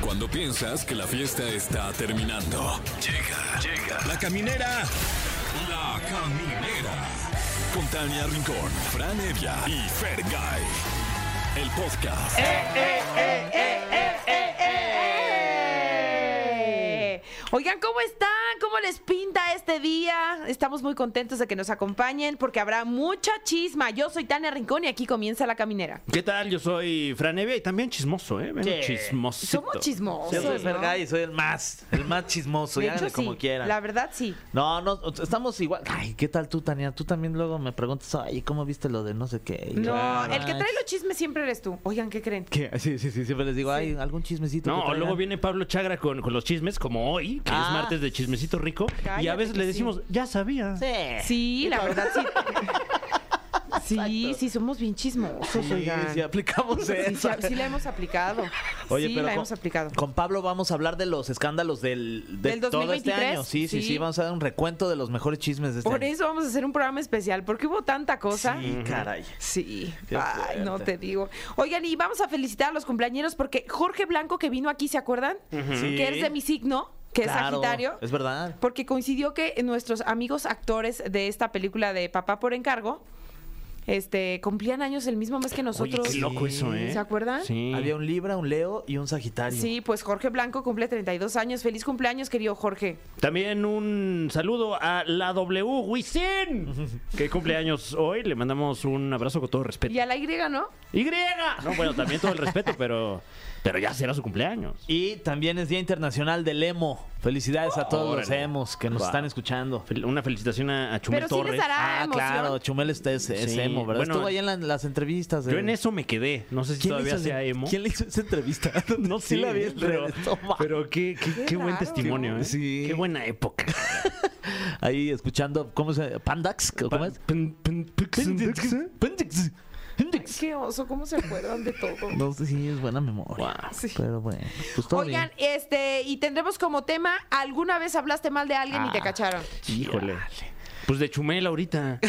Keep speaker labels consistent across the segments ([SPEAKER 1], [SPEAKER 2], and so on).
[SPEAKER 1] Cuando piensas que la fiesta está terminando. Llega, llega. La caminera. La caminera. Con Tania Rincón, Fran Evia y Fer El podcast.
[SPEAKER 2] ¡Eh! Oigan, ¿cómo están? ¿Cómo les pinta este día? Estamos muy contentos de que nos acompañen porque habrá mucha chisma. Yo soy Tania Rincón y aquí comienza La Caminera.
[SPEAKER 3] ¿Qué tal? Yo soy Fran Evia y también chismoso, ¿eh? Vengo
[SPEAKER 4] Sí.
[SPEAKER 3] chismosito.
[SPEAKER 2] Somos chismosos,
[SPEAKER 4] Yo soy
[SPEAKER 2] ¿no?
[SPEAKER 4] Fergay y soy el más, el más chismoso,
[SPEAKER 2] De
[SPEAKER 4] y
[SPEAKER 2] hecho,
[SPEAKER 4] háganle
[SPEAKER 2] sí.
[SPEAKER 4] como quieran.
[SPEAKER 2] La verdad, sí.
[SPEAKER 4] No, no, estamos igual. Ay, ¿qué tal tú, Tania? Tú también luego me preguntas, ay, ¿cómo viste lo de no sé qué? Y "Ah,
[SPEAKER 2] No,
[SPEAKER 4] claro,
[SPEAKER 2] el que
[SPEAKER 4] ay,
[SPEAKER 2] trae los chismes siempre eres tú. Oigan, ¿qué creen?
[SPEAKER 4] ¿qué? Sí, sí, sí, siempre les digo, ay, algún chismecito. que
[SPEAKER 3] No,
[SPEAKER 4] traigan?"
[SPEAKER 3] luego viene Pablo Chagra con, con los chismes, como hoy, que
[SPEAKER 4] Ah.
[SPEAKER 3] es martes de chismecito rico. y
[SPEAKER 2] Cállate
[SPEAKER 3] a veces
[SPEAKER 2] que
[SPEAKER 3] le
[SPEAKER 2] sí.
[SPEAKER 3] decimos, ya sabía.
[SPEAKER 4] Sí.
[SPEAKER 2] Sí, la verdad, sí. Sí, sí, somos bien chismosos,
[SPEAKER 4] Sí,
[SPEAKER 2] oigan.
[SPEAKER 4] sí, aplicamos
[SPEAKER 2] Sí,
[SPEAKER 4] eso.
[SPEAKER 2] sí, sí la hemos aplicado. sí, la
[SPEAKER 4] con-
[SPEAKER 2] hemos aplicado.
[SPEAKER 4] Con Pablo vamos a hablar de los escándalos del, de
[SPEAKER 2] Del
[SPEAKER 4] todo este
[SPEAKER 2] 2023,
[SPEAKER 4] año. Sí, sí,
[SPEAKER 2] sí.
[SPEAKER 4] sí, vamos a dar un recuento de los mejores chismes de este
[SPEAKER 2] Por
[SPEAKER 4] año.
[SPEAKER 2] eso vamos a hacer un programa especial, porque hubo tanta cosa.
[SPEAKER 4] Sí, caray.
[SPEAKER 2] Sí,
[SPEAKER 4] Qué
[SPEAKER 2] ay, no
[SPEAKER 4] fuerte.
[SPEAKER 2] te digo. Oigan, y vamos a felicitar a los cumpleañeros porque Jorge Blanco que vino aquí, ¿se acuerdan?
[SPEAKER 4] Sí.
[SPEAKER 2] Que es de mi signo, que es
[SPEAKER 4] Claro,
[SPEAKER 2] Sagitario.
[SPEAKER 4] Es verdad.
[SPEAKER 2] Porque coincidió que nuestros amigos actores de esta película de Papá por encargo, este, cumplían años el mismo mes que
[SPEAKER 3] Oye,
[SPEAKER 2] nosotros.
[SPEAKER 3] qué loco eso, ¿eh?
[SPEAKER 2] ¿Se acuerdan?
[SPEAKER 3] Sí.
[SPEAKER 4] Había un Libra, un Leo y un Sagitario.
[SPEAKER 2] Sí, pues Jorge Blanco cumple 32 años. Feliz cumpleaños, querido Jorge.
[SPEAKER 3] También un saludo a la W, Wisin, que cumple años hoy. Le mandamos un abrazo con todo respeto.
[SPEAKER 2] Y a la Y, ¿no?
[SPEAKER 3] ¡Y! No, bueno, también todo el respeto, pero, pero ya será su cumpleaños.
[SPEAKER 4] Y también es Día Internacional del Emo. Felicidades a todos los
[SPEAKER 3] Órale.
[SPEAKER 4] emos que nos
[SPEAKER 3] Wow.
[SPEAKER 4] están escuchando.
[SPEAKER 3] Fel- Una felicitación a, a Chumel
[SPEAKER 2] Pero sí les
[SPEAKER 3] Torres.
[SPEAKER 2] dará- Ah,
[SPEAKER 4] Ah,
[SPEAKER 2] emoción.
[SPEAKER 4] claro, Chumel este es, es
[SPEAKER 3] Sí,
[SPEAKER 4] emo, ¿verdad?
[SPEAKER 3] bueno,
[SPEAKER 4] Estuvo ahí en la- las entrevistas.
[SPEAKER 3] Yo
[SPEAKER 4] de-
[SPEAKER 3] en eso me quedé. No sé si
[SPEAKER 4] ¿Quién le
[SPEAKER 3] todavía
[SPEAKER 4] hizo
[SPEAKER 3] sea
[SPEAKER 4] ese-
[SPEAKER 3] emo.
[SPEAKER 4] ¿Quién le hizo esa entrevista?
[SPEAKER 3] No
[SPEAKER 4] sí
[SPEAKER 3] sé,
[SPEAKER 4] la vi en
[SPEAKER 3] pero,
[SPEAKER 4] redes, toma.
[SPEAKER 3] pero qué, qué, qué buen
[SPEAKER 2] raro.
[SPEAKER 3] testimonio, ¿eh?
[SPEAKER 4] Sí.
[SPEAKER 3] Qué buena época.
[SPEAKER 4] Ahí escuchando, ¿cómo se Pandax, ¿cómo es?
[SPEAKER 3] Pen- pen- pixen- pixen.
[SPEAKER 4] Pandax. Pandax.
[SPEAKER 2] Qué oso, ¿cómo se acuerdan de todo?
[SPEAKER 4] No sé si es buena memoria.
[SPEAKER 3] Wow.
[SPEAKER 2] Sí.
[SPEAKER 4] Pero bueno, pues todo
[SPEAKER 2] Oigan,
[SPEAKER 4] bien.
[SPEAKER 2] este, y tendremos como tema, ¿alguna vez hablaste mal de alguien y te
[SPEAKER 4] Ah.
[SPEAKER 2] cacharon?
[SPEAKER 3] Híjole. Pues de Chumel ahorita.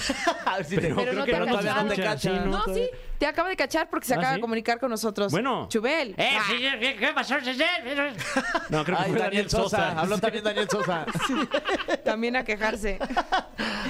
[SPEAKER 4] A ver si te-
[SPEAKER 3] Pero
[SPEAKER 2] Pero no creo te que todavía no te
[SPEAKER 3] cachan.
[SPEAKER 4] cachan.
[SPEAKER 3] No, pues.
[SPEAKER 2] No, sí, te acaba de cachar porque se
[SPEAKER 3] ¿Ah,
[SPEAKER 2] acaba de
[SPEAKER 3] sí?
[SPEAKER 2] comunicar con nosotros.
[SPEAKER 3] Bueno.
[SPEAKER 2] Chubel.
[SPEAKER 3] Eh,
[SPEAKER 2] Ah,
[SPEAKER 3] sí, ¿qué, qué pasó? Sí, sí, sí. No, creo que
[SPEAKER 4] Ay,
[SPEAKER 3] fue
[SPEAKER 4] Daniel Sosa. Habló
[SPEAKER 3] Sí.
[SPEAKER 4] también Daniel Sosa.
[SPEAKER 2] También a quejarse.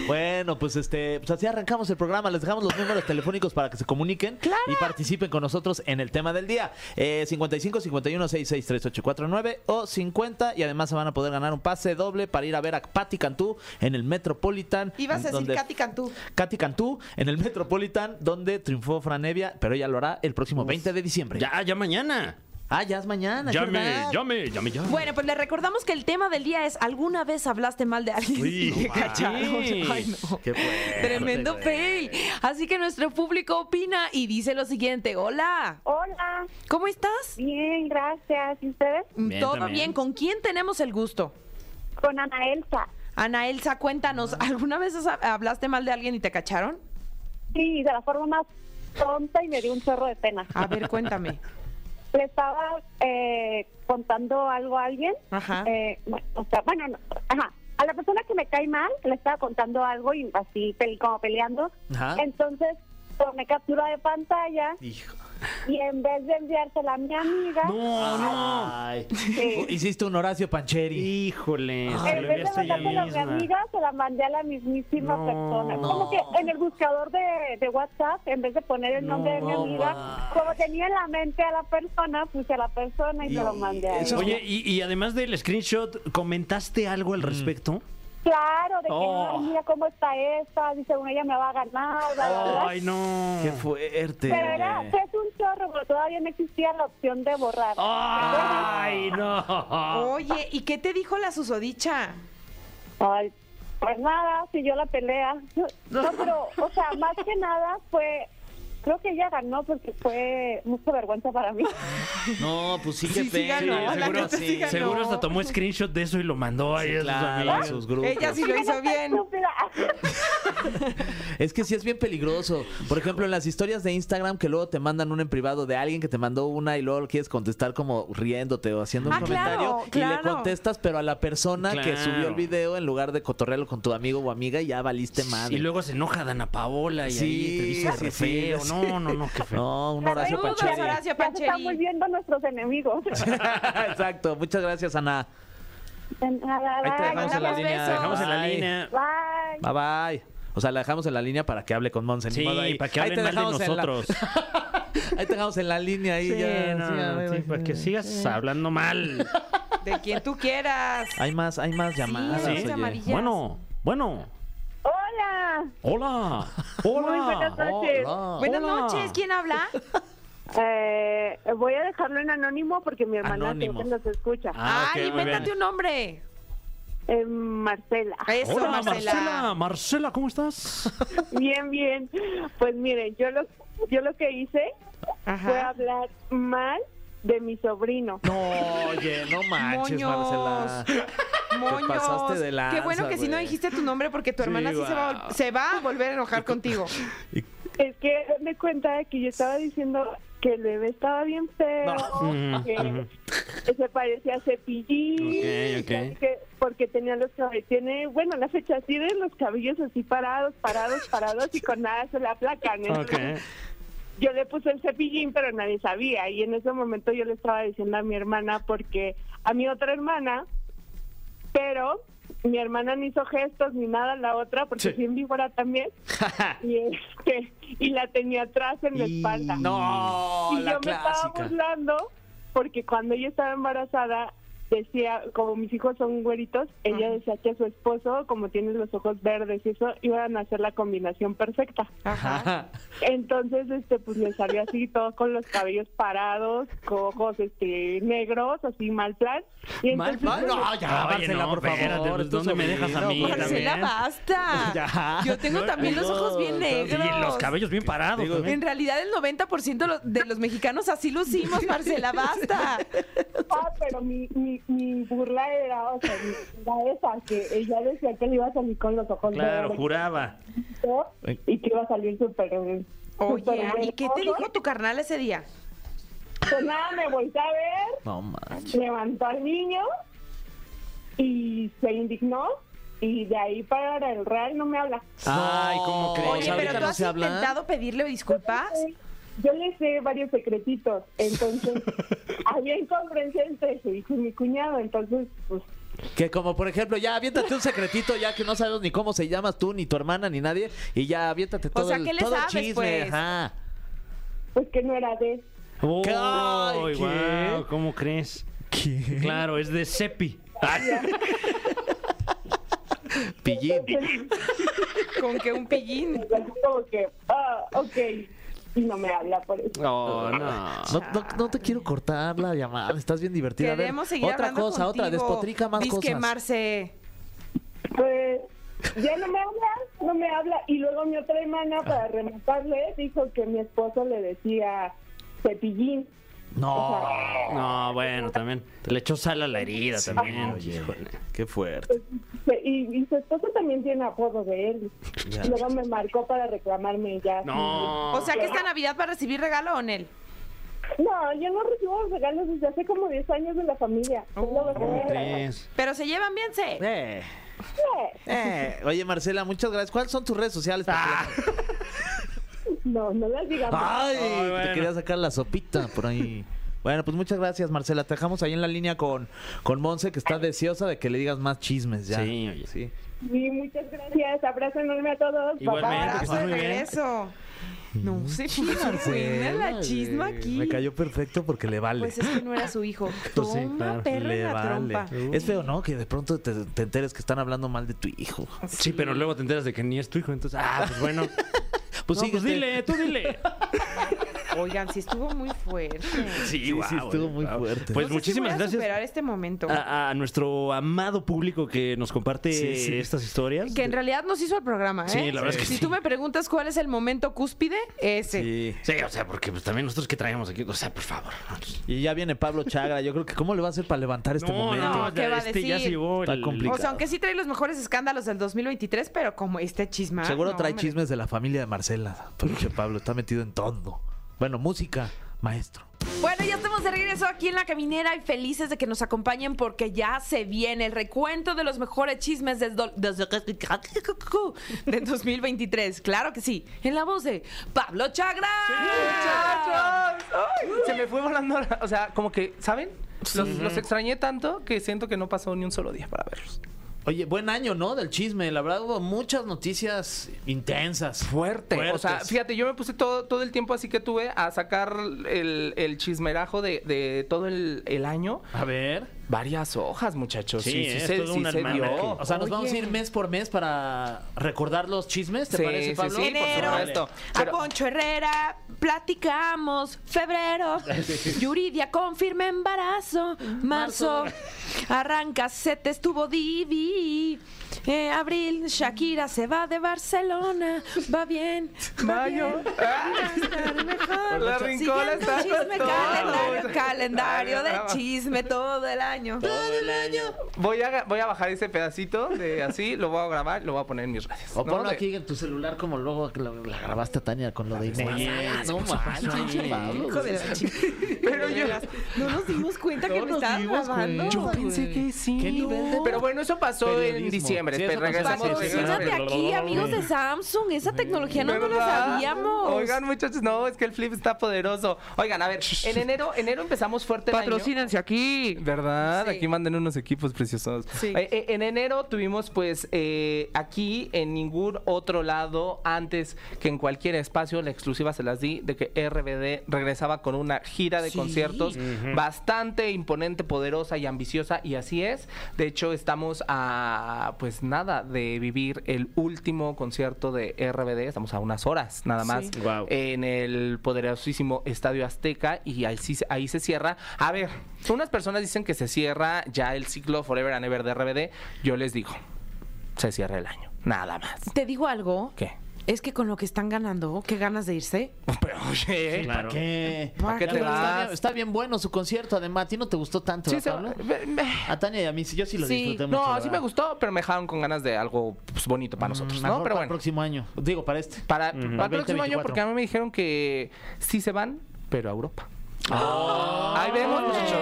[SPEAKER 4] Bueno, pues este, pues así arrancamos el programa. Les dejamos los números telefónicos para que se comuniquen y participen con nosotros en el tema del día. Eh, 55 51 66 38 49 o 50 y además se van a poder ganar un pase doble para ir a ver a Patti Cantú en el Metropolitan.
[SPEAKER 2] Ibas a decir
[SPEAKER 4] donde-
[SPEAKER 2] Katy Cantú.
[SPEAKER 4] Katy Cantú en el Metropolitan donde triunfó Franevia, pero ella lo hará el próximo 20 de diciembre.
[SPEAKER 3] Ya, ya mañana.
[SPEAKER 4] Ah, ya es mañana. es
[SPEAKER 3] Llame,
[SPEAKER 4] verdad.
[SPEAKER 3] llame, llame, ya.
[SPEAKER 2] Bueno, pues le recordamos que el tema del día es ¿alguna vez hablaste mal de alguien
[SPEAKER 3] Sí,
[SPEAKER 2] y te
[SPEAKER 3] no
[SPEAKER 2] cacharon?
[SPEAKER 3] manches.
[SPEAKER 2] Ay, no.
[SPEAKER 4] Qué fuerte,
[SPEAKER 2] Tremendo
[SPEAKER 4] güey.
[SPEAKER 2] fail. Así que nuestro público opina y dice lo siguiente. Hola,
[SPEAKER 5] Hola,
[SPEAKER 2] ¿cómo estás?
[SPEAKER 5] bien, gracias. ¿Y ustedes?
[SPEAKER 3] Bien,
[SPEAKER 2] Todo
[SPEAKER 3] también.
[SPEAKER 2] bien. ¿Con quién tenemos el gusto?
[SPEAKER 5] Con Ana Elsa.
[SPEAKER 2] Ana Elsa, cuéntanos,
[SPEAKER 3] Ah.
[SPEAKER 2] ¿alguna vez has- hablaste mal de alguien y te cacharon?
[SPEAKER 5] Sí, de la forma más tonta y me dio un chorro de pena.
[SPEAKER 2] A ver, cuéntame.
[SPEAKER 5] Le estaba eh, contando algo a alguien.
[SPEAKER 2] Ajá.
[SPEAKER 5] eh, o sea, bueno, no, ajá. A la persona que me cae mal, le estaba contando algo y así pele- como peleando.
[SPEAKER 4] Ajá.
[SPEAKER 5] Entonces, tomé captura de pantalla
[SPEAKER 4] Hijo.
[SPEAKER 5] y en vez de enviársela a mi amiga,
[SPEAKER 3] No, no.
[SPEAKER 4] Ay.
[SPEAKER 5] Sí.
[SPEAKER 4] Hiciste un Horacio Pancheri.
[SPEAKER 3] Híjole. se
[SPEAKER 5] en
[SPEAKER 3] lo
[SPEAKER 5] vez
[SPEAKER 3] enviaste
[SPEAKER 5] de
[SPEAKER 3] a ella
[SPEAKER 5] mandársela a mi
[SPEAKER 3] misma.
[SPEAKER 5] amiga, se la mandé a la mismísima
[SPEAKER 3] No,
[SPEAKER 5] persona.
[SPEAKER 3] no.
[SPEAKER 5] Como que en el buscador de, de WhatsApp, en vez de poner el nombre de mi
[SPEAKER 4] No,
[SPEAKER 5] amiga,
[SPEAKER 4] ma.
[SPEAKER 5] como tenía en la mente a la persona, puse a la persona y, se lo mandé a ella.
[SPEAKER 3] Oye, y, y además del screenshot, ¿comentaste algo al respecto?
[SPEAKER 5] Claro, de que,
[SPEAKER 3] Oh.
[SPEAKER 5] "Ay, mira cómo está esta, dice, bueno, ella me va a ganar, bla, bla, bla".
[SPEAKER 3] Ay, no.
[SPEAKER 4] Qué fuerte.
[SPEAKER 5] Pero era, es un chorro, pero todavía no existía la opción de borrar.
[SPEAKER 3] Ay, no.
[SPEAKER 2] Oye, ¿y qué te dijo la susodicha?
[SPEAKER 5] Ay, pues nada, si yo la pelea. No, pero, o sea, más que nada fue... Creo que ella ganó porque fue mucha vergüenza para mí.
[SPEAKER 4] No, pues sí que
[SPEAKER 2] Sí, sí ganó, la
[SPEAKER 4] seguro
[SPEAKER 2] neta sí ganó.
[SPEAKER 3] Seguro hasta tomó screenshot de eso y lo mandó ahí a sus
[SPEAKER 4] Claro, a
[SPEAKER 3] amigos.
[SPEAKER 4] sus grupos.
[SPEAKER 2] Ella sí lo hizo bien.
[SPEAKER 5] Estúpida.
[SPEAKER 4] Es que sí es bien peligroso. Por ejemplo, en las historias de Instagram que luego te mandan una en privado de alguien que te mandó una y luego quieres contestar como riéndote o haciendo un
[SPEAKER 2] Ah, claro,
[SPEAKER 4] comentario y
[SPEAKER 2] claro.
[SPEAKER 4] le contestas pero a la persona que
[SPEAKER 3] Claro.
[SPEAKER 4] subió el video en lugar de cotorrearlo con tu amigo o amiga y ya valiste madre.
[SPEAKER 3] Y luego se enoja Dana Paola y ahí te dice re feo, No, no, no, qué feo.
[SPEAKER 4] No, un Horacio
[SPEAKER 2] Saludos,
[SPEAKER 4] Pacheri.
[SPEAKER 2] Horacio.
[SPEAKER 5] Ya se están
[SPEAKER 2] Pancheri.
[SPEAKER 5] volviendo nuestros enemigos.
[SPEAKER 4] Exacto. Muchas gracias, Ana.
[SPEAKER 5] De nada,
[SPEAKER 4] Ahí te
[SPEAKER 5] bye,
[SPEAKER 4] dejamos en la
[SPEAKER 2] mandamos
[SPEAKER 4] línea.
[SPEAKER 2] besos.
[SPEAKER 3] Dejamos en la
[SPEAKER 4] Bye.
[SPEAKER 3] línea.
[SPEAKER 5] Bye.
[SPEAKER 4] Bye bye. O sea, la dejamos en la línea para que hable con Monse. ni
[SPEAKER 3] Sí,
[SPEAKER 4] modo ahí.
[SPEAKER 3] para que
[SPEAKER 4] Ahí te
[SPEAKER 3] hablen mal de
[SPEAKER 4] dejamos en la-
[SPEAKER 3] nosotros.
[SPEAKER 4] ahí te dejamos en la línea. Ahí
[SPEAKER 3] Sí,
[SPEAKER 4] ya,
[SPEAKER 3] no,
[SPEAKER 4] sí, pues
[SPEAKER 3] sí,
[SPEAKER 4] ya,
[SPEAKER 3] pues
[SPEAKER 4] bye, bye.
[SPEAKER 3] para que sigas hablando mal.
[SPEAKER 2] De quien tú quieras.
[SPEAKER 4] Hay más, hay más llamadas.
[SPEAKER 2] Sí,
[SPEAKER 4] oye.
[SPEAKER 2] las amarillas.
[SPEAKER 3] Bueno, bueno.
[SPEAKER 5] Hola.
[SPEAKER 3] Hola.
[SPEAKER 5] Muy buenas
[SPEAKER 3] Hola.
[SPEAKER 5] noches.
[SPEAKER 4] Hola.
[SPEAKER 2] Buenas
[SPEAKER 3] Hola.
[SPEAKER 2] noches, ¿quién habla?
[SPEAKER 5] Eh, voy a dejarlo en anónimo porque mi hermana
[SPEAKER 4] Anónimo.
[SPEAKER 5] siempre nos escucha.
[SPEAKER 3] Ah,
[SPEAKER 2] Ay,
[SPEAKER 3] ok, muy
[SPEAKER 2] invéntate
[SPEAKER 3] bien.
[SPEAKER 2] un nombre.
[SPEAKER 5] Eh, Marcela.
[SPEAKER 2] Eso,
[SPEAKER 3] Hola,
[SPEAKER 2] Marcela.
[SPEAKER 3] Marcela. Marcela, ¿cómo estás?
[SPEAKER 5] Bien, bien. Pues miren, yo lo, yo lo que hice fue
[SPEAKER 2] Ajá.
[SPEAKER 5] hablar mal de mi sobrino.
[SPEAKER 4] No, oye, no manches,
[SPEAKER 2] Moños.
[SPEAKER 4] Marcela.
[SPEAKER 2] Moños.
[SPEAKER 4] pasaste de
[SPEAKER 2] Qué
[SPEAKER 4] lanza,
[SPEAKER 2] bueno que si no
[SPEAKER 4] güey.
[SPEAKER 2] dijiste tu nombre porque tu
[SPEAKER 3] Sí,
[SPEAKER 2] hermana sí, se, va, a vol-
[SPEAKER 3] guau.
[SPEAKER 2] se va a volver a enojar contigo.
[SPEAKER 5] Es que me cuenta de que yo estaba diciendo que el bebé estaba bien feo,
[SPEAKER 3] No.
[SPEAKER 5] que
[SPEAKER 3] Ujú.
[SPEAKER 5] que se parecía a Cepillín,
[SPEAKER 3] Ok, ok.
[SPEAKER 5] que- porque tenía los cabellos, tiene, bueno, la fecha tiene los cabellos así parados, parados, parados y con nada se la aplacan. ¿eh?
[SPEAKER 3] Ok.
[SPEAKER 5] Entonces, Yo le puse el cepillín, pero nadie sabía. Y en ese momento yo le estaba diciendo a mi hermana, porque a mi otra hermana, pero mi hermana no hizo gestos ni nada, la otra, porque
[SPEAKER 3] Sí.
[SPEAKER 5] sí, en víbora también. y, este, y la tenía atrás en la espalda.
[SPEAKER 4] No,
[SPEAKER 5] y yo
[SPEAKER 4] la
[SPEAKER 5] me estaba
[SPEAKER 4] clásica.
[SPEAKER 5] burlando, porque cuando ella estaba embarazada, decía, como mis hijos son güeritos, ella decía que su esposo, como tiene los ojos verdes y eso, iban a hacer la combinación perfecta.
[SPEAKER 2] Ajá.
[SPEAKER 5] Entonces, este, pues me salió así todo con los cabellos parados, con ojos, este, negros, así mal plan. Y
[SPEAKER 4] Mal
[SPEAKER 5] entonces,
[SPEAKER 4] plan. No, ya,
[SPEAKER 3] Ah, Oye,
[SPEAKER 4] Marcela,
[SPEAKER 3] no,
[SPEAKER 4] por
[SPEAKER 3] espérate,
[SPEAKER 4] favor.
[SPEAKER 3] pues,
[SPEAKER 4] tu
[SPEAKER 3] ¿dónde me
[SPEAKER 4] sobrino,
[SPEAKER 3] dejas a mí
[SPEAKER 4] pues,
[SPEAKER 3] también?
[SPEAKER 2] Marcela, basta.
[SPEAKER 4] Ya.
[SPEAKER 2] Yo tengo también los ojos bien
[SPEAKER 3] Y
[SPEAKER 2] negros.
[SPEAKER 3] los cabellos bien parados.
[SPEAKER 4] Digo,
[SPEAKER 3] también.
[SPEAKER 2] En realidad el 90% de los- de los mexicanos así lucimos, Marcela, basta.
[SPEAKER 5] ah, pero mi, mi, mi burla era, o sea, mi- era esa, que ella decía que le iba a salir con los ojos
[SPEAKER 3] Claro,
[SPEAKER 5] verdes
[SPEAKER 3] juraba.
[SPEAKER 5] y que iba a salir súper... súper
[SPEAKER 2] Oye, ¿y qué te
[SPEAKER 5] hermoso.
[SPEAKER 2] dijo tu carnal ese día?
[SPEAKER 5] Pues nada, me volteé a ver,
[SPEAKER 4] No manches.
[SPEAKER 5] levantó al niño y se indignó. Y de ahí para el real no me habla.
[SPEAKER 3] Ay, ¿cómo crees?
[SPEAKER 2] Oye,
[SPEAKER 4] ahorita
[SPEAKER 2] pero tú
[SPEAKER 4] no
[SPEAKER 2] has
[SPEAKER 4] se hablan.
[SPEAKER 2] intentado pedirle disculpas.
[SPEAKER 5] Yo les sé varios secretitos, entonces había incomprensión entre su hijo y mi cuñado, entonces pues
[SPEAKER 4] Que como por ejemplo, ya aviéntate un secretito, ya que no sabemos ni cómo se llamas tú, ni tu hermana, ni nadie, y ya aviéntate todo,
[SPEAKER 2] sea,
[SPEAKER 4] el,
[SPEAKER 2] ¿qué le
[SPEAKER 4] todo el
[SPEAKER 2] sabes,
[SPEAKER 4] chisme.
[SPEAKER 2] pues?
[SPEAKER 4] Ajá.
[SPEAKER 5] pues que no era de él.
[SPEAKER 3] Uy,
[SPEAKER 4] ¿Qué? Ay, ¿qué?
[SPEAKER 3] guau, ¿cómo crees? Claro, es de Cepi.
[SPEAKER 4] Pillín.
[SPEAKER 5] Entonces,
[SPEAKER 2] Con que un pillín.
[SPEAKER 5] así como que, ah, ok, y no me habla por eso.
[SPEAKER 3] No, no.
[SPEAKER 4] No, no, no te quiero cortar la llamada, estás bien divertida. A ver,
[SPEAKER 2] Queremos seguir
[SPEAKER 4] otra
[SPEAKER 2] hablando
[SPEAKER 4] cosa, otra,
[SPEAKER 2] contigo.
[SPEAKER 4] despotrica más
[SPEAKER 2] Disque
[SPEAKER 4] cosas.
[SPEAKER 2] Marce.
[SPEAKER 5] Pues ya no me habla, no me habla, y luego mi otra hermana para rematarle dijo que mi esposo le decía cepillín.
[SPEAKER 4] No,
[SPEAKER 3] Ah. No, bueno, también. Le echó sal a la herida también. Híjole.
[SPEAKER 4] qué fuerte.
[SPEAKER 5] Se- Y, y su esposo también tiene apodo de él.
[SPEAKER 4] Ya.
[SPEAKER 5] Luego me marcó para reclamarme ya.
[SPEAKER 3] No.
[SPEAKER 2] O sea que esta Navidad va a recibir regalo o él.
[SPEAKER 5] No, yo no recibo regalos desde hace como 10 años de la familia. Solo
[SPEAKER 3] Oh, ¿Cómo
[SPEAKER 5] regalos.
[SPEAKER 3] crees?
[SPEAKER 2] Pero se llevan bien, se.
[SPEAKER 4] Eh,
[SPEAKER 5] Sí.
[SPEAKER 4] eh. Oye, Marcela, muchas gracias. ¿Cuáles son tus redes sociales? para que las-
[SPEAKER 5] No, no las digamos.
[SPEAKER 4] Ay,
[SPEAKER 3] Ay, bueno.
[SPEAKER 4] te quería sacar la sopita por ahí. Bueno, pues muchas gracias, Marcela. Te dejamos ahí en la línea con, con Monse, que está deseosa de que le digas más chismes ya.
[SPEAKER 3] Sí, oye.
[SPEAKER 4] Sí.
[SPEAKER 5] Sí, muchas gracias. Abrazo enorme a todos. Bye,
[SPEAKER 3] Igualmente.
[SPEAKER 5] bye.
[SPEAKER 2] Abrazo de
[SPEAKER 3] muy bien.
[SPEAKER 2] regreso. No
[SPEAKER 4] Mm,
[SPEAKER 2] se
[SPEAKER 4] Marcela,
[SPEAKER 2] pide la chisma
[SPEAKER 4] güey.
[SPEAKER 2] aquí.
[SPEAKER 4] Me cayó perfecto porque le vale.
[SPEAKER 2] Pues es que no era su hijo.
[SPEAKER 4] Pues sí,
[SPEAKER 2] Toma
[SPEAKER 4] claro.
[SPEAKER 2] perra en
[SPEAKER 4] Le
[SPEAKER 2] la
[SPEAKER 4] vale.
[SPEAKER 2] trompa.
[SPEAKER 4] Es feo, ¿no? Que de pronto te, te enteres que están hablando mal de tu hijo.
[SPEAKER 3] Sí, pero luego te enteras de que ni es tu hijo, entonces. Ah, pues bueno.
[SPEAKER 4] Pues
[SPEAKER 3] No, pues
[SPEAKER 4] síguete.
[SPEAKER 3] dile, tú dile.
[SPEAKER 2] Oigan, sí estuvo muy fuerte.
[SPEAKER 3] Sí,
[SPEAKER 4] sí,
[SPEAKER 3] guau,
[SPEAKER 4] estuvo
[SPEAKER 3] oye,
[SPEAKER 4] muy
[SPEAKER 3] guau.
[SPEAKER 4] fuerte.
[SPEAKER 3] Pues
[SPEAKER 2] No sé si
[SPEAKER 3] muchísimas
[SPEAKER 2] voy a
[SPEAKER 3] gracias. Ah.
[SPEAKER 2] superar este momento.
[SPEAKER 3] a, a nuestro amado público que nos comparte
[SPEAKER 4] Sí, sí.
[SPEAKER 3] eh, estas historias.
[SPEAKER 2] Que en realidad nos hizo el programa, ¿eh?
[SPEAKER 3] Sí, la verdad es que
[SPEAKER 2] Si
[SPEAKER 3] sí.
[SPEAKER 2] tú me preguntas cuál es el momento cúspide, ese.
[SPEAKER 4] Sí.
[SPEAKER 3] Sí, o sea, porque pues, también nosotros que traemos aquí, o sea, por favor. este
[SPEAKER 4] Y ya viene Pablo Chagra. Yo creo que ¿cómo le va a hacer para levantar este momento?
[SPEAKER 2] no,
[SPEAKER 3] ya
[SPEAKER 2] ¿qué va a
[SPEAKER 3] este ya
[SPEAKER 2] decir?
[SPEAKER 3] se llevó
[SPEAKER 4] Está
[SPEAKER 3] el-
[SPEAKER 4] complicado.
[SPEAKER 2] O sea, aunque sí trae los mejores escándalos del 2023, pero como este
[SPEAKER 6] Ah,
[SPEAKER 2] chisma.
[SPEAKER 4] Seguro
[SPEAKER 2] no,
[SPEAKER 4] trae
[SPEAKER 2] hombre.
[SPEAKER 4] chismes de la familia de Marcela. Porque Pablo está metido en todo. Bueno, música, maestro.
[SPEAKER 2] Bueno, ya estamos estamos de regreso aquí en La Caminera y felices de que nos acompañen porque ya se viene el recuento de los mejores chismes del do- desde- del 2023. Claro que sí. En la voz de Pablo Chagra.
[SPEAKER 6] ¡Muchachos! ¡Ay! Se me fue volando, la- o sea, como que, ¿saben? Los, los extrañé tanto que siento que no pasó ni un solo día para verlos.
[SPEAKER 4] Oye, buen año, ¿no? Del chisme. La verdad hubo muchas noticias intensas.
[SPEAKER 6] Fuerte. O sea,
[SPEAKER 4] Fuertes.
[SPEAKER 6] fíjate, yo me puse todo, todo el tiempo así que tuve a sacar el, el chismerajo de, de todo el, el año.
[SPEAKER 4] A ver.
[SPEAKER 6] Varias hojas,
[SPEAKER 4] Pues
[SPEAKER 6] muchachos.
[SPEAKER 3] Sí,
[SPEAKER 6] Sí, sí,
[SPEAKER 3] es
[SPEAKER 6] se,
[SPEAKER 3] todo
[SPEAKER 6] sí
[SPEAKER 3] un
[SPEAKER 6] se
[SPEAKER 3] almanaque.
[SPEAKER 6] dio.
[SPEAKER 4] O sea, nos vamos a
[SPEAKER 2] Oye.
[SPEAKER 4] ir mes por mes para recordar los chismes, ¿te
[SPEAKER 6] Sí,
[SPEAKER 4] parece,
[SPEAKER 6] sí,
[SPEAKER 4] Pablo?
[SPEAKER 6] sí, por
[SPEAKER 2] Enero.
[SPEAKER 6] supuesto.
[SPEAKER 2] A
[SPEAKER 6] Pero-
[SPEAKER 2] Poncho Herrera, platicamos. Febrero, Yuridia confirma embarazo. Marzo, arranca, se te estuvo Divi. Eh, abril, Shakira se va de Barcelona. Va bien. va
[SPEAKER 6] Mayo.
[SPEAKER 2] bien, va a estar mejor.
[SPEAKER 6] La rincola
[SPEAKER 2] Siguiendo
[SPEAKER 6] está
[SPEAKER 2] chisme,
[SPEAKER 6] todo.
[SPEAKER 2] calendario, calendario de
[SPEAKER 6] Ah,
[SPEAKER 2] chisme todo el año.
[SPEAKER 6] Voy a, voy a bajar ese pedacito de así, lo voy a grabar, lo voy a poner en mis redes.
[SPEAKER 4] O
[SPEAKER 6] ¿no?
[SPEAKER 4] ponlo
[SPEAKER 6] De-
[SPEAKER 4] aquí en tu celular como luego la, la grabaste a Tania con lo de
[SPEAKER 3] pasada,
[SPEAKER 6] Ah,
[SPEAKER 4] Inés. No manches, Pablo.
[SPEAKER 2] Hijo de la chica.
[SPEAKER 6] Pero yo-
[SPEAKER 2] No nos dimos cuenta
[SPEAKER 4] No
[SPEAKER 2] que me
[SPEAKER 4] nos
[SPEAKER 2] estaban
[SPEAKER 4] dimos
[SPEAKER 2] grabando.
[SPEAKER 4] cuenta.
[SPEAKER 6] Yo pensé que sí.
[SPEAKER 4] ¿Qué nivel de-
[SPEAKER 6] Pero bueno, eso pasó en
[SPEAKER 4] Periodismo.
[SPEAKER 6] diciembre.
[SPEAKER 4] Sí, eso
[SPEAKER 6] pero
[SPEAKER 4] pasó en
[SPEAKER 6] regresamos.
[SPEAKER 4] diciembre.
[SPEAKER 6] regresamos.
[SPEAKER 2] Patrocínate aquí, amigos de Samsung. Esa tecnología no nos la
[SPEAKER 6] ¿Verdad?
[SPEAKER 2] sabíamos.
[SPEAKER 6] Oigan, muchachos, no, es que el flip está poderoso. Oigan, a ver, en enero, enero empezamos fuerte el año.
[SPEAKER 2] aquí.
[SPEAKER 6] ¿Verdad?
[SPEAKER 2] Sí.
[SPEAKER 6] Aquí manden unos equipos preciosos.
[SPEAKER 2] Sí.
[SPEAKER 6] Eh, eh, en enero tuvimos, pues, eh, aquí en ningún otro lado, antes que en cualquier espacio, la exclusiva se las di de que RBD regresaba con una gira de
[SPEAKER 2] Sí.
[SPEAKER 6] conciertos bastante imponente, poderosa y ambiciosa, y así es. De hecho, estamos a, pues, nada de vivir el último concierto de RBD. Estamos a unas horas, nada más,
[SPEAKER 2] Sí.
[SPEAKER 3] Guau.
[SPEAKER 6] en el poderosísimo Estadio Azteca, y ahí, sí- ahí se cierra. A ver, unas personas dicen que se cierra ya el ciclo Forever and Ever de RBD. Yo les digo, se cierra el año, nada más.
[SPEAKER 2] Te digo algo.
[SPEAKER 6] ¿Qué?
[SPEAKER 2] Es que con lo que están ganando, qué ganas de irse.
[SPEAKER 6] Pero, oye,
[SPEAKER 3] Claro.
[SPEAKER 6] Eh,
[SPEAKER 4] ¿Qué?
[SPEAKER 2] ¿Para qué
[SPEAKER 6] ah,
[SPEAKER 4] Ya,
[SPEAKER 2] te
[SPEAKER 4] pero está
[SPEAKER 6] vas?
[SPEAKER 4] bien- Está bien bueno su concierto, además. ¿A ti no te gustó tanto,
[SPEAKER 6] sí
[SPEAKER 4] ¿verdad,
[SPEAKER 6] se-
[SPEAKER 4] Pablo?
[SPEAKER 6] me- me-
[SPEAKER 4] A Tania y a mí, sí, yo sí lo
[SPEAKER 2] Sí.
[SPEAKER 4] disfruté mucho.
[SPEAKER 6] No, sí
[SPEAKER 4] ¿verdad?
[SPEAKER 6] me gustó, pero me dejaron con ganas de algo pues, bonito para nosotros,
[SPEAKER 4] Mm,
[SPEAKER 6] ¿no?
[SPEAKER 4] mejor
[SPEAKER 6] Pero
[SPEAKER 4] para el
[SPEAKER 6] bueno,
[SPEAKER 4] próximo año. Digo, para este.
[SPEAKER 6] para, para el próximo año,
[SPEAKER 4] 2024.
[SPEAKER 6] porque a mí me dijeron que sí se van, pero a Europa.
[SPEAKER 2] Ah.
[SPEAKER 6] Ahí vemos,
[SPEAKER 2] Pues,
[SPEAKER 6] muchachos.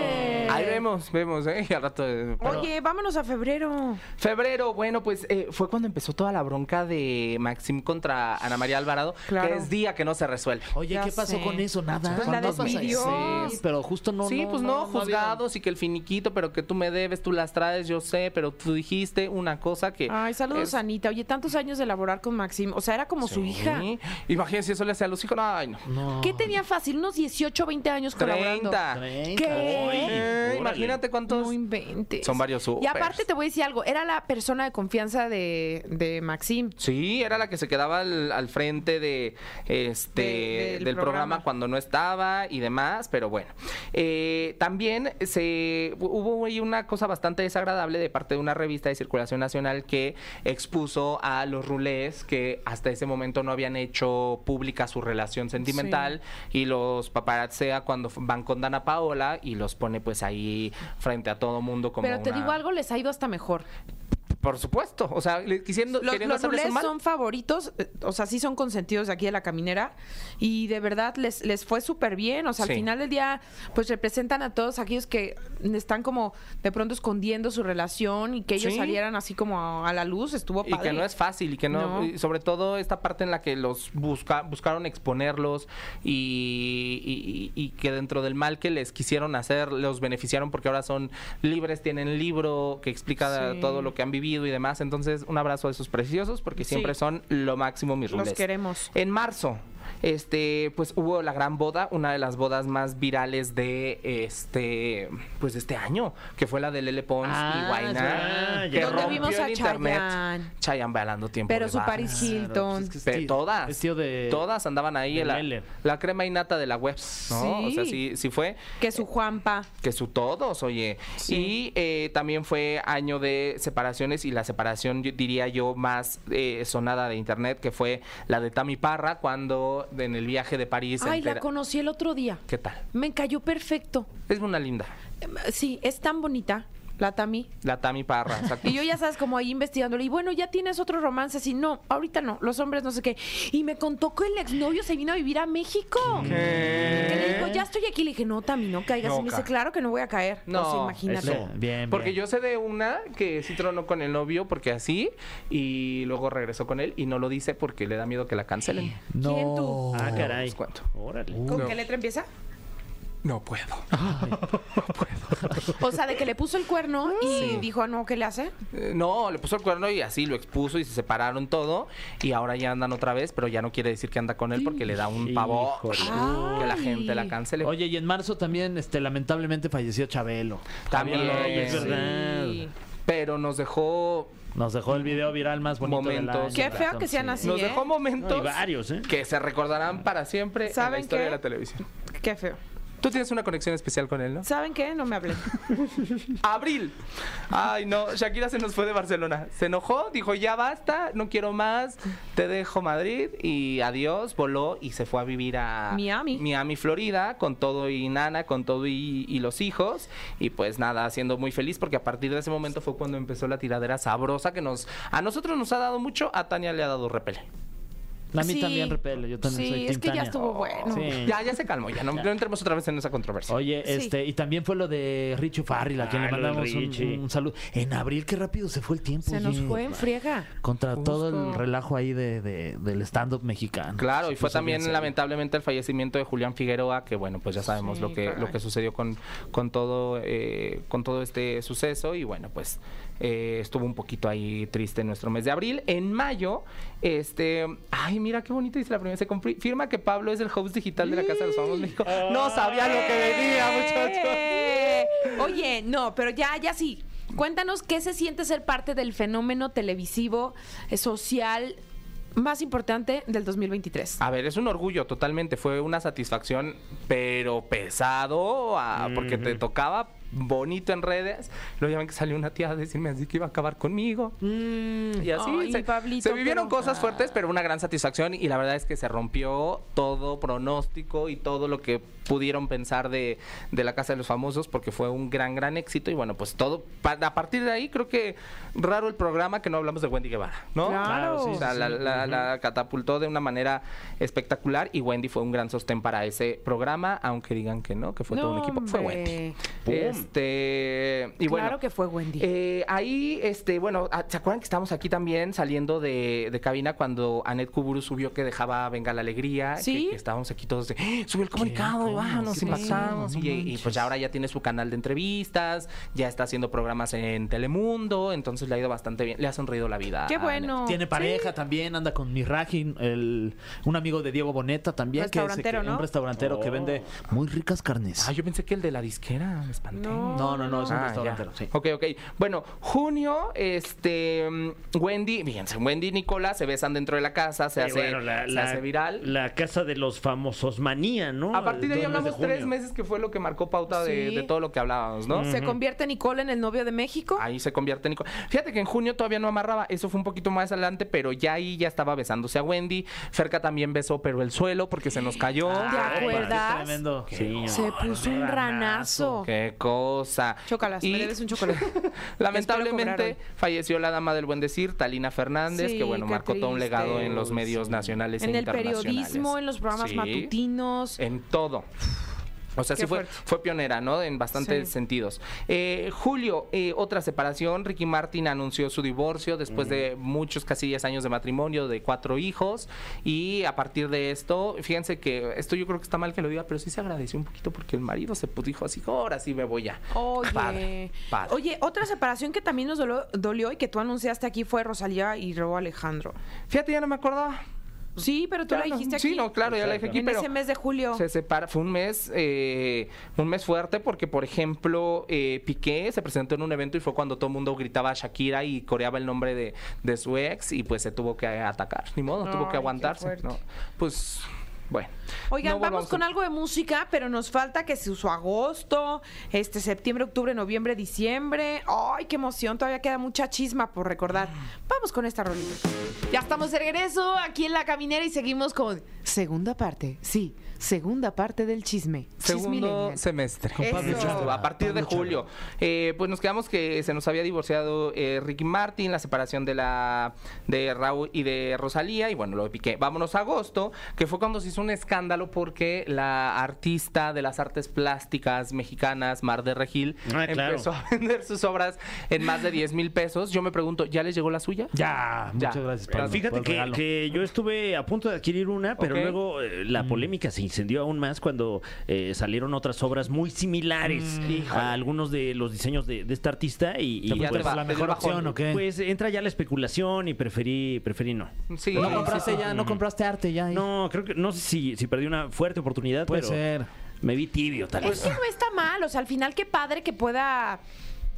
[SPEAKER 6] Ahí vemos, vemos, ¿eh? Y al rato. eh, pero-
[SPEAKER 2] Oye, vámonos a febrero.
[SPEAKER 6] Febrero, bueno, pues eh, fue cuando empezó toda la bronca de Maxim contra Ana María Alvarado,
[SPEAKER 2] Claro.
[SPEAKER 6] que es día que no se resuelve.
[SPEAKER 4] Oye,
[SPEAKER 2] Ya
[SPEAKER 4] ¿qué pasó
[SPEAKER 2] sé.
[SPEAKER 4] con eso? Nada.
[SPEAKER 2] Pues la
[SPEAKER 4] ¿Cuándo pasa
[SPEAKER 2] despidió.
[SPEAKER 4] eso? Sí, pero justo no.
[SPEAKER 6] sí, pues no,
[SPEAKER 4] había-
[SPEAKER 6] juzgados y que el finiquito, pero que tú me debes, tú las traes, yo sé, pero tú dijiste una cosa que...
[SPEAKER 2] Ay, saludos,
[SPEAKER 6] es-
[SPEAKER 2] Anita. Oye, tantos años de laborar con Maxim. O sea, era como su
[SPEAKER 6] Sí.
[SPEAKER 2] hija.
[SPEAKER 6] Imagínense, eso le hace a los hijos. No, ay, no.
[SPEAKER 4] No.
[SPEAKER 2] ¿Qué tenía fácil? Unos 18, 20 años colaborando.
[SPEAKER 6] 30.
[SPEAKER 4] Treinta.
[SPEAKER 2] ¿Qué?
[SPEAKER 6] Eh,
[SPEAKER 3] Órale.
[SPEAKER 6] imagínate cuántos...
[SPEAKER 2] No inventes.
[SPEAKER 6] Son varios
[SPEAKER 2] Y
[SPEAKER 6] supers.
[SPEAKER 2] aparte te voy a decir algo. Era la persona de confianza de, de Maxim.
[SPEAKER 6] Sí, era la que se quedaba al, al frente de este
[SPEAKER 2] De- del
[SPEAKER 6] del programa.
[SPEAKER 2] programa.
[SPEAKER 6] cuando no estaba y demás, pero bueno. Eh, también se hubo ahí una cosa bastante desagradable de parte de una revista de circulación nacional que expuso a los rulés que hasta ese momento no habían hecho pública su relación sentimental y los paparazzea cuando van con Dana Paola y los pone pues ahí frente a todo mundo como
[SPEAKER 2] Pero te
[SPEAKER 6] una-
[SPEAKER 2] digo algo, les ha ido hasta mejor.
[SPEAKER 6] por supuesto, o sea, le- quisiendo
[SPEAKER 2] Los,
[SPEAKER 6] queriendo
[SPEAKER 2] los
[SPEAKER 6] hacerles un
[SPEAKER 2] rulés
[SPEAKER 6] mal.
[SPEAKER 2] son favoritos, eh, o sea, sí son consentidos de aquí de la caminera y de verdad les, les fue súper bien, o sea, al
[SPEAKER 6] Sí.
[SPEAKER 2] final del día pues representan a todos aquellos que están como de pronto escondiendo su relación y que ellos
[SPEAKER 6] Sí.
[SPEAKER 2] salieran así como a, a la luz, estuvo
[SPEAKER 6] Y
[SPEAKER 2] padre.
[SPEAKER 6] que no es fácil, y que no,
[SPEAKER 2] No.
[SPEAKER 6] y sobre todo esta parte en la que los busca, buscaron exponerlos y, y- y- y que dentro del mal que les quisieron hacer, los beneficiaron porque ahora son libres, tienen libro que explica
[SPEAKER 2] Sí.
[SPEAKER 6] todo lo que han vivido y demás. Entonces, un abrazo a esos preciosos porque
[SPEAKER 2] Sí.
[SPEAKER 6] siempre son lo máximo mis
[SPEAKER 2] Los
[SPEAKER 6] rulés.
[SPEAKER 2] queremos.
[SPEAKER 6] En marzo, este, pues hubo la gran boda, una de las bodas más virales de este, pues de este año, que fue la de Lele Pons
[SPEAKER 4] Ah,
[SPEAKER 6] y
[SPEAKER 4] ya,
[SPEAKER 6] Guainá,
[SPEAKER 3] ya.
[SPEAKER 6] que
[SPEAKER 3] Donde
[SPEAKER 6] rompió
[SPEAKER 2] vimos
[SPEAKER 6] en
[SPEAKER 2] a
[SPEAKER 6] internet.
[SPEAKER 2] Chayanne.
[SPEAKER 6] Chayanne bailando tiempo
[SPEAKER 2] Pero
[SPEAKER 6] de
[SPEAKER 2] su
[SPEAKER 6] vals.
[SPEAKER 2] Paris
[SPEAKER 4] Claro,
[SPEAKER 2] Hilton.
[SPEAKER 4] pues es que es
[SPEAKER 6] Pe-
[SPEAKER 4] tío-
[SPEAKER 6] todas.
[SPEAKER 4] es tío de.
[SPEAKER 6] Todas andaban ahí.
[SPEAKER 3] de
[SPEAKER 6] La,
[SPEAKER 3] Lele.
[SPEAKER 6] la crema innata de la web. ¿no? O sea,
[SPEAKER 2] Sí.
[SPEAKER 6] sí, sí fue.
[SPEAKER 2] Que su Juanpa.
[SPEAKER 6] Que su todos, oye.
[SPEAKER 2] Sí.
[SPEAKER 6] Y eh, también fue año de separaciones y la separación, yo diría yo, más eh, sonada de internet, que fue la de Tami Parra cuando en el viaje de París. se
[SPEAKER 2] Ay, la
[SPEAKER 6] entera-
[SPEAKER 2] conocí el otro día.
[SPEAKER 6] ¿Qué tal?
[SPEAKER 2] Me cayó perfecto.
[SPEAKER 6] Es una linda.
[SPEAKER 2] Sí, es tan bonita. La Tami.
[SPEAKER 6] La Tami Parra, exacto.
[SPEAKER 2] Y yo ya sabes, como ahí investigándole, y bueno, ya tienes otro romance así, no, ahorita no, los hombres no sé qué. Y me contó que el exnovio se vino a vivir a México. Que le dijo, ya estoy aquí. Le dije, no, Tami, no caigas.
[SPEAKER 6] No
[SPEAKER 2] y me dice,
[SPEAKER 6] ca-
[SPEAKER 2] claro que no voy a caer.
[SPEAKER 6] No,
[SPEAKER 2] No, imagínate.
[SPEAKER 3] eso.
[SPEAKER 4] Bien, bien.
[SPEAKER 6] Porque yo sé de una que sí tronó con el novio porque así y luego regresó con él y no lo dice porque le da miedo que la cancelen.
[SPEAKER 4] No.
[SPEAKER 2] ¿Quién tú?
[SPEAKER 3] Ah, caray.
[SPEAKER 6] pues, ¿cuánto?
[SPEAKER 3] Órale.
[SPEAKER 2] ¿Con
[SPEAKER 6] No.
[SPEAKER 2] qué letra empieza?
[SPEAKER 6] No puedo.
[SPEAKER 2] O sea, de que le puso el cuerno y dijo, no, ¿qué le hace?
[SPEAKER 6] Eh, No, le puso el cuerno y así lo expuso y se separaron todo y ahora ya andan otra vez, pero ya no quiere decir que anda con él porque le da un pavor
[SPEAKER 2] Híjole.
[SPEAKER 6] que la
[SPEAKER 2] Ay.
[SPEAKER 6] gente la cancele.
[SPEAKER 4] Oye, y en marzo también, este, lamentablemente falleció Chabelo.
[SPEAKER 6] También,
[SPEAKER 3] Ay, es
[SPEAKER 6] sí.
[SPEAKER 3] verdad.
[SPEAKER 6] pero nos dejó
[SPEAKER 4] Nos dejó el video viral más bonito del año.
[SPEAKER 6] Momentos. Qué
[SPEAKER 2] feo que sean así. Sí,
[SPEAKER 6] nos
[SPEAKER 2] ¿eh?
[SPEAKER 6] dejó
[SPEAKER 3] No,
[SPEAKER 6] momentos
[SPEAKER 3] y varios, ¿eh?
[SPEAKER 6] que se recordarán para siempre en la
[SPEAKER 2] ¿Saben
[SPEAKER 6] historia
[SPEAKER 2] qué?
[SPEAKER 6] de la televisión.
[SPEAKER 2] Qué feo.
[SPEAKER 6] Tú tienes una conexión especial con él, ¿no?
[SPEAKER 2] ¿Saben qué? No me hablen.
[SPEAKER 6] Abril. Ay, no, Shakira se nos fue de Barcelona. Se enojó, dijo, ya basta, no quiero más, te dejo Madrid y adiós, voló y se fue a vivir a
[SPEAKER 2] Miami.
[SPEAKER 6] Miami, Florida, con todo y Nana, con todo y, y los hijos. Y pues nada, siendo muy feliz porque a partir de ese momento fue cuando empezó la tiradera sabrosa que nos a nosotros nos ha dado mucho, a Tania le ha dado repele.
[SPEAKER 4] A mí
[SPEAKER 2] Sí.
[SPEAKER 4] también repele, yo también
[SPEAKER 2] Sí,
[SPEAKER 4] soy
[SPEAKER 2] es
[SPEAKER 4] Team
[SPEAKER 2] que ya
[SPEAKER 4] Tania.
[SPEAKER 2] estuvo bueno.
[SPEAKER 4] Sí.
[SPEAKER 6] Ya, ya se calmó, ya no, no entremos otra vez en esa controversia.
[SPEAKER 4] Oye,
[SPEAKER 2] Sí.
[SPEAKER 4] este, y también fue lo de Richie Farrell, a quien
[SPEAKER 3] Ah,
[SPEAKER 4] le
[SPEAKER 3] lo del
[SPEAKER 4] mandamos
[SPEAKER 3] Richie.
[SPEAKER 4] un, un saludo. En abril, qué rápido se fue el tiempo.
[SPEAKER 2] Se nos
[SPEAKER 4] oye.
[SPEAKER 2] fue en friega.
[SPEAKER 4] Contra todo el relajo ahí de, de- del stand-up mexicano.
[SPEAKER 6] Claro,
[SPEAKER 4] Se
[SPEAKER 6] y fue
[SPEAKER 4] puso
[SPEAKER 6] también
[SPEAKER 4] bien serio.
[SPEAKER 6] lamentablemente el fallecimiento de Julián Figueroa, que bueno, pues ya sabemos
[SPEAKER 2] Sí,
[SPEAKER 6] lo que lo
[SPEAKER 2] caray.
[SPEAKER 6] que sucedió con, con todo eh, con todo este suceso y bueno, pues eh, estuvo un poquito ahí triste en nuestro mes de abril. En mayo, este, ay, mira qué bonito dice la primera, se confirma firma que Pablo es el host digital de la Casa de los Famosos México. No sabía lo que venía, muchachos.
[SPEAKER 2] Eh, Oye, no, pero ya, ya sí. Cuéntanos qué se siente ser parte del fenómeno televisivo, eh, social más importante del 2023.
[SPEAKER 6] A ver, es un orgullo totalmente, fue una satisfacción, pero pesado, ah, porque te tocaba bonito en redes. Luego ya ven que salió una tía a decirme así que iba a acabar conmigo. Y así
[SPEAKER 2] Mm, Ay,
[SPEAKER 6] se,
[SPEAKER 2] Pablito,
[SPEAKER 6] se vivieron
[SPEAKER 2] pero-
[SPEAKER 6] cosas fuertes, pero una gran satisfacción y la verdad es que se rompió todo pronóstico y todo lo que pudieron pensar de, de la Casa de los Famosos porque fue un gran, gran éxito y bueno, pues todo, pa- a partir de ahí creo que raro el programa que no hablamos de Wendy Guevara, ¿no?
[SPEAKER 2] Claro. Claro, sí,
[SPEAKER 6] O sea,
[SPEAKER 3] sí,
[SPEAKER 6] la,
[SPEAKER 3] sí.
[SPEAKER 6] la- la catapultó de una manera espectacular y Wendy fue un gran sostén para ese programa, aunque digan que no, que fue todo un
[SPEAKER 2] No,
[SPEAKER 6] equipo, fue
[SPEAKER 2] hombre.
[SPEAKER 6] Wendy.
[SPEAKER 3] Pum.
[SPEAKER 6] Este, y bueno,
[SPEAKER 2] claro que fue Wendy.
[SPEAKER 6] eh, ahí, este, bueno, ah, ¿se acuerdan que estábamos aquí también saliendo de, de cabina cuando Anet Kuburu subió que dejaba Venga la Alegría? que-
[SPEAKER 2] Sí.
[SPEAKER 6] Que, estábamos aquí todos de, ¡Ah! subió el comunicado, y ah, nos
[SPEAKER 4] ¿Qué pasó?
[SPEAKER 6] impactamos.
[SPEAKER 4] No
[SPEAKER 6] Y, y,
[SPEAKER 4] manches.
[SPEAKER 6] pues ya ahora ya tiene su canal de entrevistas, ya está haciendo programas en Telemundo, entonces le ha ido bastante bien, le ha sonreído la vida.
[SPEAKER 2] qué
[SPEAKER 6] a
[SPEAKER 2] bueno.
[SPEAKER 4] Tiene pareja también, anda con Mirajin, el un amigo de Diego Boneta también. que es-
[SPEAKER 2] Restaurantero,
[SPEAKER 4] que-
[SPEAKER 2] ¿no?
[SPEAKER 4] Un restaurantero
[SPEAKER 6] Oh.
[SPEAKER 4] que vende muy ricas carnes.
[SPEAKER 6] Anet. Ah, yo pensé que el de la disquera, me espanté.
[SPEAKER 2] No.
[SPEAKER 4] no, no, no, es un
[SPEAKER 6] Ah, ya.
[SPEAKER 4] restaurantero, sí.
[SPEAKER 2] Oh,
[SPEAKER 6] Ok, ok. Bueno, junio, este, mm, Wendy, fíjense, Wendy y Nicola se besan dentro de la casa, se,
[SPEAKER 3] Eh,
[SPEAKER 6] hace,
[SPEAKER 3] bueno, la-
[SPEAKER 6] se
[SPEAKER 3] la-
[SPEAKER 6] hace viral.
[SPEAKER 3] La casa de los famosos manía, ¿no?
[SPEAKER 6] A partir de ahí
[SPEAKER 3] Todo el mes
[SPEAKER 6] hablamos tres
[SPEAKER 3] junio.
[SPEAKER 6] meses que fue lo que marcó pauta de,
[SPEAKER 2] Sí.
[SPEAKER 6] de todo lo que hablábamos, ¿no?
[SPEAKER 2] Se convierte Nicole en el novio de México.
[SPEAKER 6] Ahí se convierte en... icono. Fíjate que en junio todavía no amarraba, eso fue un poquito más adelante, pero ya ahí ya estaba besándose a Wendy. Ferca también besó, pero el suelo porque se nos cayó.
[SPEAKER 2] ¿Te
[SPEAKER 3] Ay,
[SPEAKER 4] qué
[SPEAKER 2] acuerdas?
[SPEAKER 4] tremendo.
[SPEAKER 3] Sí.
[SPEAKER 2] Se puso un ranazo.
[SPEAKER 6] Qué cosa.
[SPEAKER 2] Chocalas,
[SPEAKER 6] Y-
[SPEAKER 2] me debes un chocolate.
[SPEAKER 6] Lamentablemente
[SPEAKER 2] cobraron.
[SPEAKER 6] falleció la dama del buen decir, Talina Fernández,
[SPEAKER 2] Sí,
[SPEAKER 6] que bueno,
[SPEAKER 2] qué
[SPEAKER 6] marcó todo un
[SPEAKER 2] triste.
[SPEAKER 6] legado en los
[SPEAKER 3] Uy,
[SPEAKER 6] medios
[SPEAKER 3] sí.
[SPEAKER 6] nacionales
[SPEAKER 2] En
[SPEAKER 6] e
[SPEAKER 2] el
[SPEAKER 6] internacionales.
[SPEAKER 2] periodismo, en los programas
[SPEAKER 6] Sí.
[SPEAKER 2] matutinos.
[SPEAKER 6] En todo. O sea,
[SPEAKER 2] Qué
[SPEAKER 6] sí fue,
[SPEAKER 2] fuerte.
[SPEAKER 6] fue pionera, ¿no? En bastantes
[SPEAKER 2] Sí.
[SPEAKER 6] sentidos. Eh, Julio, eh, otra separación. Ricky Martin anunció su divorcio después de muchos, casi 10 años de matrimonio, de cuatro hijos. Y a partir de esto, fíjense que esto yo creo que está mal que lo diga, pero sí se agradeció un poquito porque el marido se pu- dijo así, ahora sí me voy ya.
[SPEAKER 2] Oye,
[SPEAKER 6] Padre, padre.
[SPEAKER 2] oye, otra separación que también nos dolo- dolió y que tú anunciaste aquí fue Rosalía y Robo Alejandro.
[SPEAKER 6] Fíjate, ya no me acordaba.
[SPEAKER 2] Sí, pero tú
[SPEAKER 6] Ya
[SPEAKER 2] la
[SPEAKER 6] no.
[SPEAKER 2] dijiste
[SPEAKER 6] Sí,
[SPEAKER 2] aquí.
[SPEAKER 6] no, claro, ya la dije aquí,
[SPEAKER 2] en
[SPEAKER 6] pero
[SPEAKER 2] ese mes de julio.
[SPEAKER 6] se separa. Fue un mes, eh, un mes fuerte porque, por ejemplo, eh, Piqué se presentó en un evento y fue cuando todo el mundo gritaba Shakira y coreaba el nombre de, de su ex y pues se tuvo que atacar. Ni modo, tuvo
[SPEAKER 2] Ay,
[SPEAKER 6] que
[SPEAKER 2] qué
[SPEAKER 6] aguantarse.
[SPEAKER 2] fuerte.
[SPEAKER 6] ¿no? Pues, bueno.
[SPEAKER 2] Oigan,
[SPEAKER 6] No
[SPEAKER 2] vamos
[SPEAKER 6] volvamos
[SPEAKER 2] con
[SPEAKER 6] a-
[SPEAKER 2] algo de música, pero nos falta que se usó agosto, este septiembre, octubre, noviembre, diciembre. Ay, qué emoción, todavía queda mucha chisma por recordar. Vamos con esta rolita. Ya estamos de regreso aquí en La Caminera y seguimos con segunda parte. Sí,
[SPEAKER 7] segunda parte del chisme.
[SPEAKER 6] Segundo
[SPEAKER 7] Chismillennial.
[SPEAKER 6] semestre.
[SPEAKER 7] Pablo
[SPEAKER 6] Eso,
[SPEAKER 7] Chávez.
[SPEAKER 6] a partir de julio. Eh, pues nos quedamos que se nos había divorciado eh, Ricky Martin, la separación de la de Raúl y de Rosalía, y bueno, lo piqué. Vámonos a agosto, que fue cuando se hizo un escándalo porque la artista de las artes plásticas mexicanas, Mar de Regil,
[SPEAKER 3] Ah, claro.
[SPEAKER 6] empezó a vender sus obras en más de 10 mil pesos. Yo me pregunto, ¿ya les llegó la suya?
[SPEAKER 3] Ya.
[SPEAKER 4] Ah,
[SPEAKER 6] Ya.
[SPEAKER 4] Muchas gracias, Pablo. por
[SPEAKER 3] Fíjate
[SPEAKER 4] el
[SPEAKER 3] que,
[SPEAKER 4] regalo.
[SPEAKER 3] que yo estuve a punto de adquirir una, pero
[SPEAKER 6] Ok.
[SPEAKER 3] luego eh, la
[SPEAKER 4] Mm.
[SPEAKER 3] polémica se incendió aún más cuando eh, salieron otras obras muy similares
[SPEAKER 2] Mm,
[SPEAKER 3] a algunos de los diseños de, de esta artista y, y
[SPEAKER 6] Ya te
[SPEAKER 3] pues,
[SPEAKER 6] va,
[SPEAKER 3] la-
[SPEAKER 6] te dio el bajón.
[SPEAKER 4] opción, ¿o qué?
[SPEAKER 3] pues, entra ya la especulación y preferí, preferí no.
[SPEAKER 6] Sí,
[SPEAKER 4] No
[SPEAKER 6] sí,
[SPEAKER 4] compraste
[SPEAKER 6] sí.
[SPEAKER 4] ya, no compraste arte ya. ahí.
[SPEAKER 3] No, creo que no sé si, si perdí una fuerte oportunidad,
[SPEAKER 4] puede
[SPEAKER 3] pero
[SPEAKER 4] ser.
[SPEAKER 3] me vi tibio tal
[SPEAKER 2] Es
[SPEAKER 3] vez.
[SPEAKER 2] que Pues no está mal, o sea, al final qué padre que pueda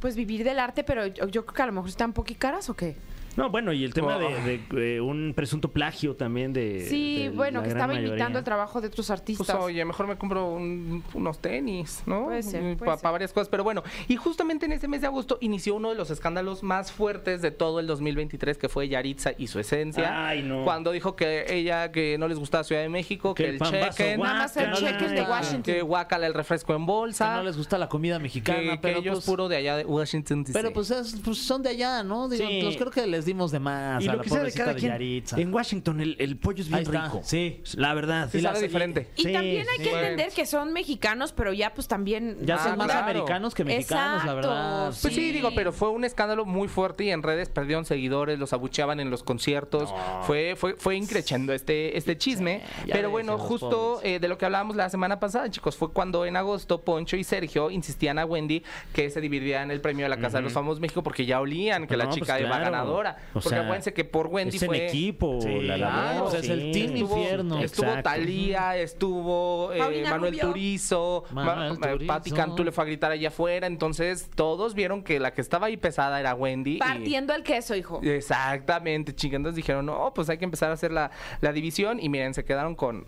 [SPEAKER 2] pues vivir del arte, pero yo, yo creo que a lo mejor están poquicaras o qué.
[SPEAKER 3] No, bueno, y el tema
[SPEAKER 6] Oh.
[SPEAKER 3] de, de, eh, un presunto plagio también de
[SPEAKER 2] Sí,
[SPEAKER 3] de
[SPEAKER 2] bueno,
[SPEAKER 3] la
[SPEAKER 2] que
[SPEAKER 3] gran
[SPEAKER 2] estaba
[SPEAKER 3] mayoría.
[SPEAKER 2] imitando el trabajo de otros artistas.
[SPEAKER 6] Pues oye, mejor me compro un- unos tenis, ¿no?
[SPEAKER 2] Puede ser, puede
[SPEAKER 6] Para
[SPEAKER 2] ser.
[SPEAKER 6] varias cosas, pero bueno. Y justamente en ese mes de agosto inició uno de los escándalos más fuertes de todo el 2023, que fue Yaritza y su esencia.
[SPEAKER 3] Ay, no.
[SPEAKER 6] Cuando dijo que ella, que no les gustaba Ciudad de México, que,
[SPEAKER 3] Que el
[SPEAKER 6] el
[SPEAKER 3] pambazo
[SPEAKER 6] chequen.
[SPEAKER 3] guaca,
[SPEAKER 2] Nada más el
[SPEAKER 3] Guácala,
[SPEAKER 2] cheque de
[SPEAKER 3] guácala.
[SPEAKER 2] Washington.
[SPEAKER 6] Que guácala el refresco en
[SPEAKER 4] Que
[SPEAKER 2] Ah.
[SPEAKER 6] bolsa.
[SPEAKER 4] no les gusta la comida
[SPEAKER 6] que-
[SPEAKER 4] mexicana,
[SPEAKER 6] que
[SPEAKER 4] pero
[SPEAKER 6] ellos
[SPEAKER 4] pues,
[SPEAKER 6] puro de allá de Washington, D.C.
[SPEAKER 4] Pero pues, es- pues son de allá, ¿no? Digo,
[SPEAKER 3] Sí.
[SPEAKER 4] los creo que les dimos de más.
[SPEAKER 3] Y
[SPEAKER 4] a
[SPEAKER 3] lo
[SPEAKER 4] la
[SPEAKER 3] que sabe
[SPEAKER 4] pobrecita
[SPEAKER 3] cada
[SPEAKER 4] de
[SPEAKER 3] quien.
[SPEAKER 4] Yaritza.
[SPEAKER 3] En Washington el, el pollo es bien
[SPEAKER 4] Ahí está,
[SPEAKER 3] rico. Pues,
[SPEAKER 4] sí.
[SPEAKER 3] La verdad.
[SPEAKER 6] Sí,
[SPEAKER 3] Y
[SPEAKER 6] sabe
[SPEAKER 3] las-
[SPEAKER 6] diferente.
[SPEAKER 2] Y
[SPEAKER 3] Sí,
[SPEAKER 2] también hay
[SPEAKER 3] sí.
[SPEAKER 2] que
[SPEAKER 6] Bueno.
[SPEAKER 2] entender que son mexicanos, pero ya pues también...
[SPEAKER 4] Ya
[SPEAKER 6] Ah,
[SPEAKER 4] son más
[SPEAKER 6] claro.
[SPEAKER 4] americanos que mexicanos, la
[SPEAKER 2] Exacto.
[SPEAKER 4] verdad.
[SPEAKER 6] Pues sí.
[SPEAKER 2] Sí.
[SPEAKER 6] digo, pero fue un escándalo muy fuerte y en redes perdieron seguidores, los abucheaban en los conciertos. Fue, fue, fue increchando este, este chisme.
[SPEAKER 4] ya
[SPEAKER 6] pero
[SPEAKER 4] ves,
[SPEAKER 6] bueno,
[SPEAKER 4] a los
[SPEAKER 6] justo
[SPEAKER 4] pobres.
[SPEAKER 6] eh, de lo que hablábamos la semana pasada, chicos, fue cuando en agosto Poncho y Sergio insistían a Wendy que se dividieran el premio de la Casa de los Famosos México porque ya olían que la
[SPEAKER 3] No, pues
[SPEAKER 6] chica iba
[SPEAKER 3] claro.
[SPEAKER 6] ganadora.
[SPEAKER 3] O
[SPEAKER 6] porque
[SPEAKER 3] sea,
[SPEAKER 6] acuérdense que por Wendy
[SPEAKER 3] es en
[SPEAKER 6] fue.
[SPEAKER 3] equipo.
[SPEAKER 4] Sí,
[SPEAKER 3] la labor,
[SPEAKER 6] claro, o sea,
[SPEAKER 4] es el team
[SPEAKER 6] Estuvo,
[SPEAKER 4] infierno.
[SPEAKER 6] estuvo
[SPEAKER 3] Exacto.
[SPEAKER 6] Talía, estuvo eh,
[SPEAKER 2] Paulina
[SPEAKER 6] Manuel
[SPEAKER 2] Rubio.
[SPEAKER 6] Turizo,
[SPEAKER 4] Manuel
[SPEAKER 6] Ma- eh,
[SPEAKER 4] Turizo.
[SPEAKER 6] Patti Cantú le fue a gritar allá afuera. Entonces, todos vieron que la que estaba ahí pesada era Wendy. y-
[SPEAKER 2] Partiendo el queso, hijo.
[SPEAKER 6] Exactamente, chingandos dijeron, no, pues hay que empezar a hacer la, la división. Y miren, se quedaron con.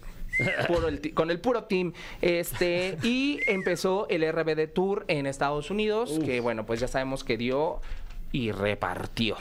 [SPEAKER 6] puro el ti- con el puro team este y empezó el RBD Tour en Estados Unidos que bueno pues ya sabemos que dio y repartió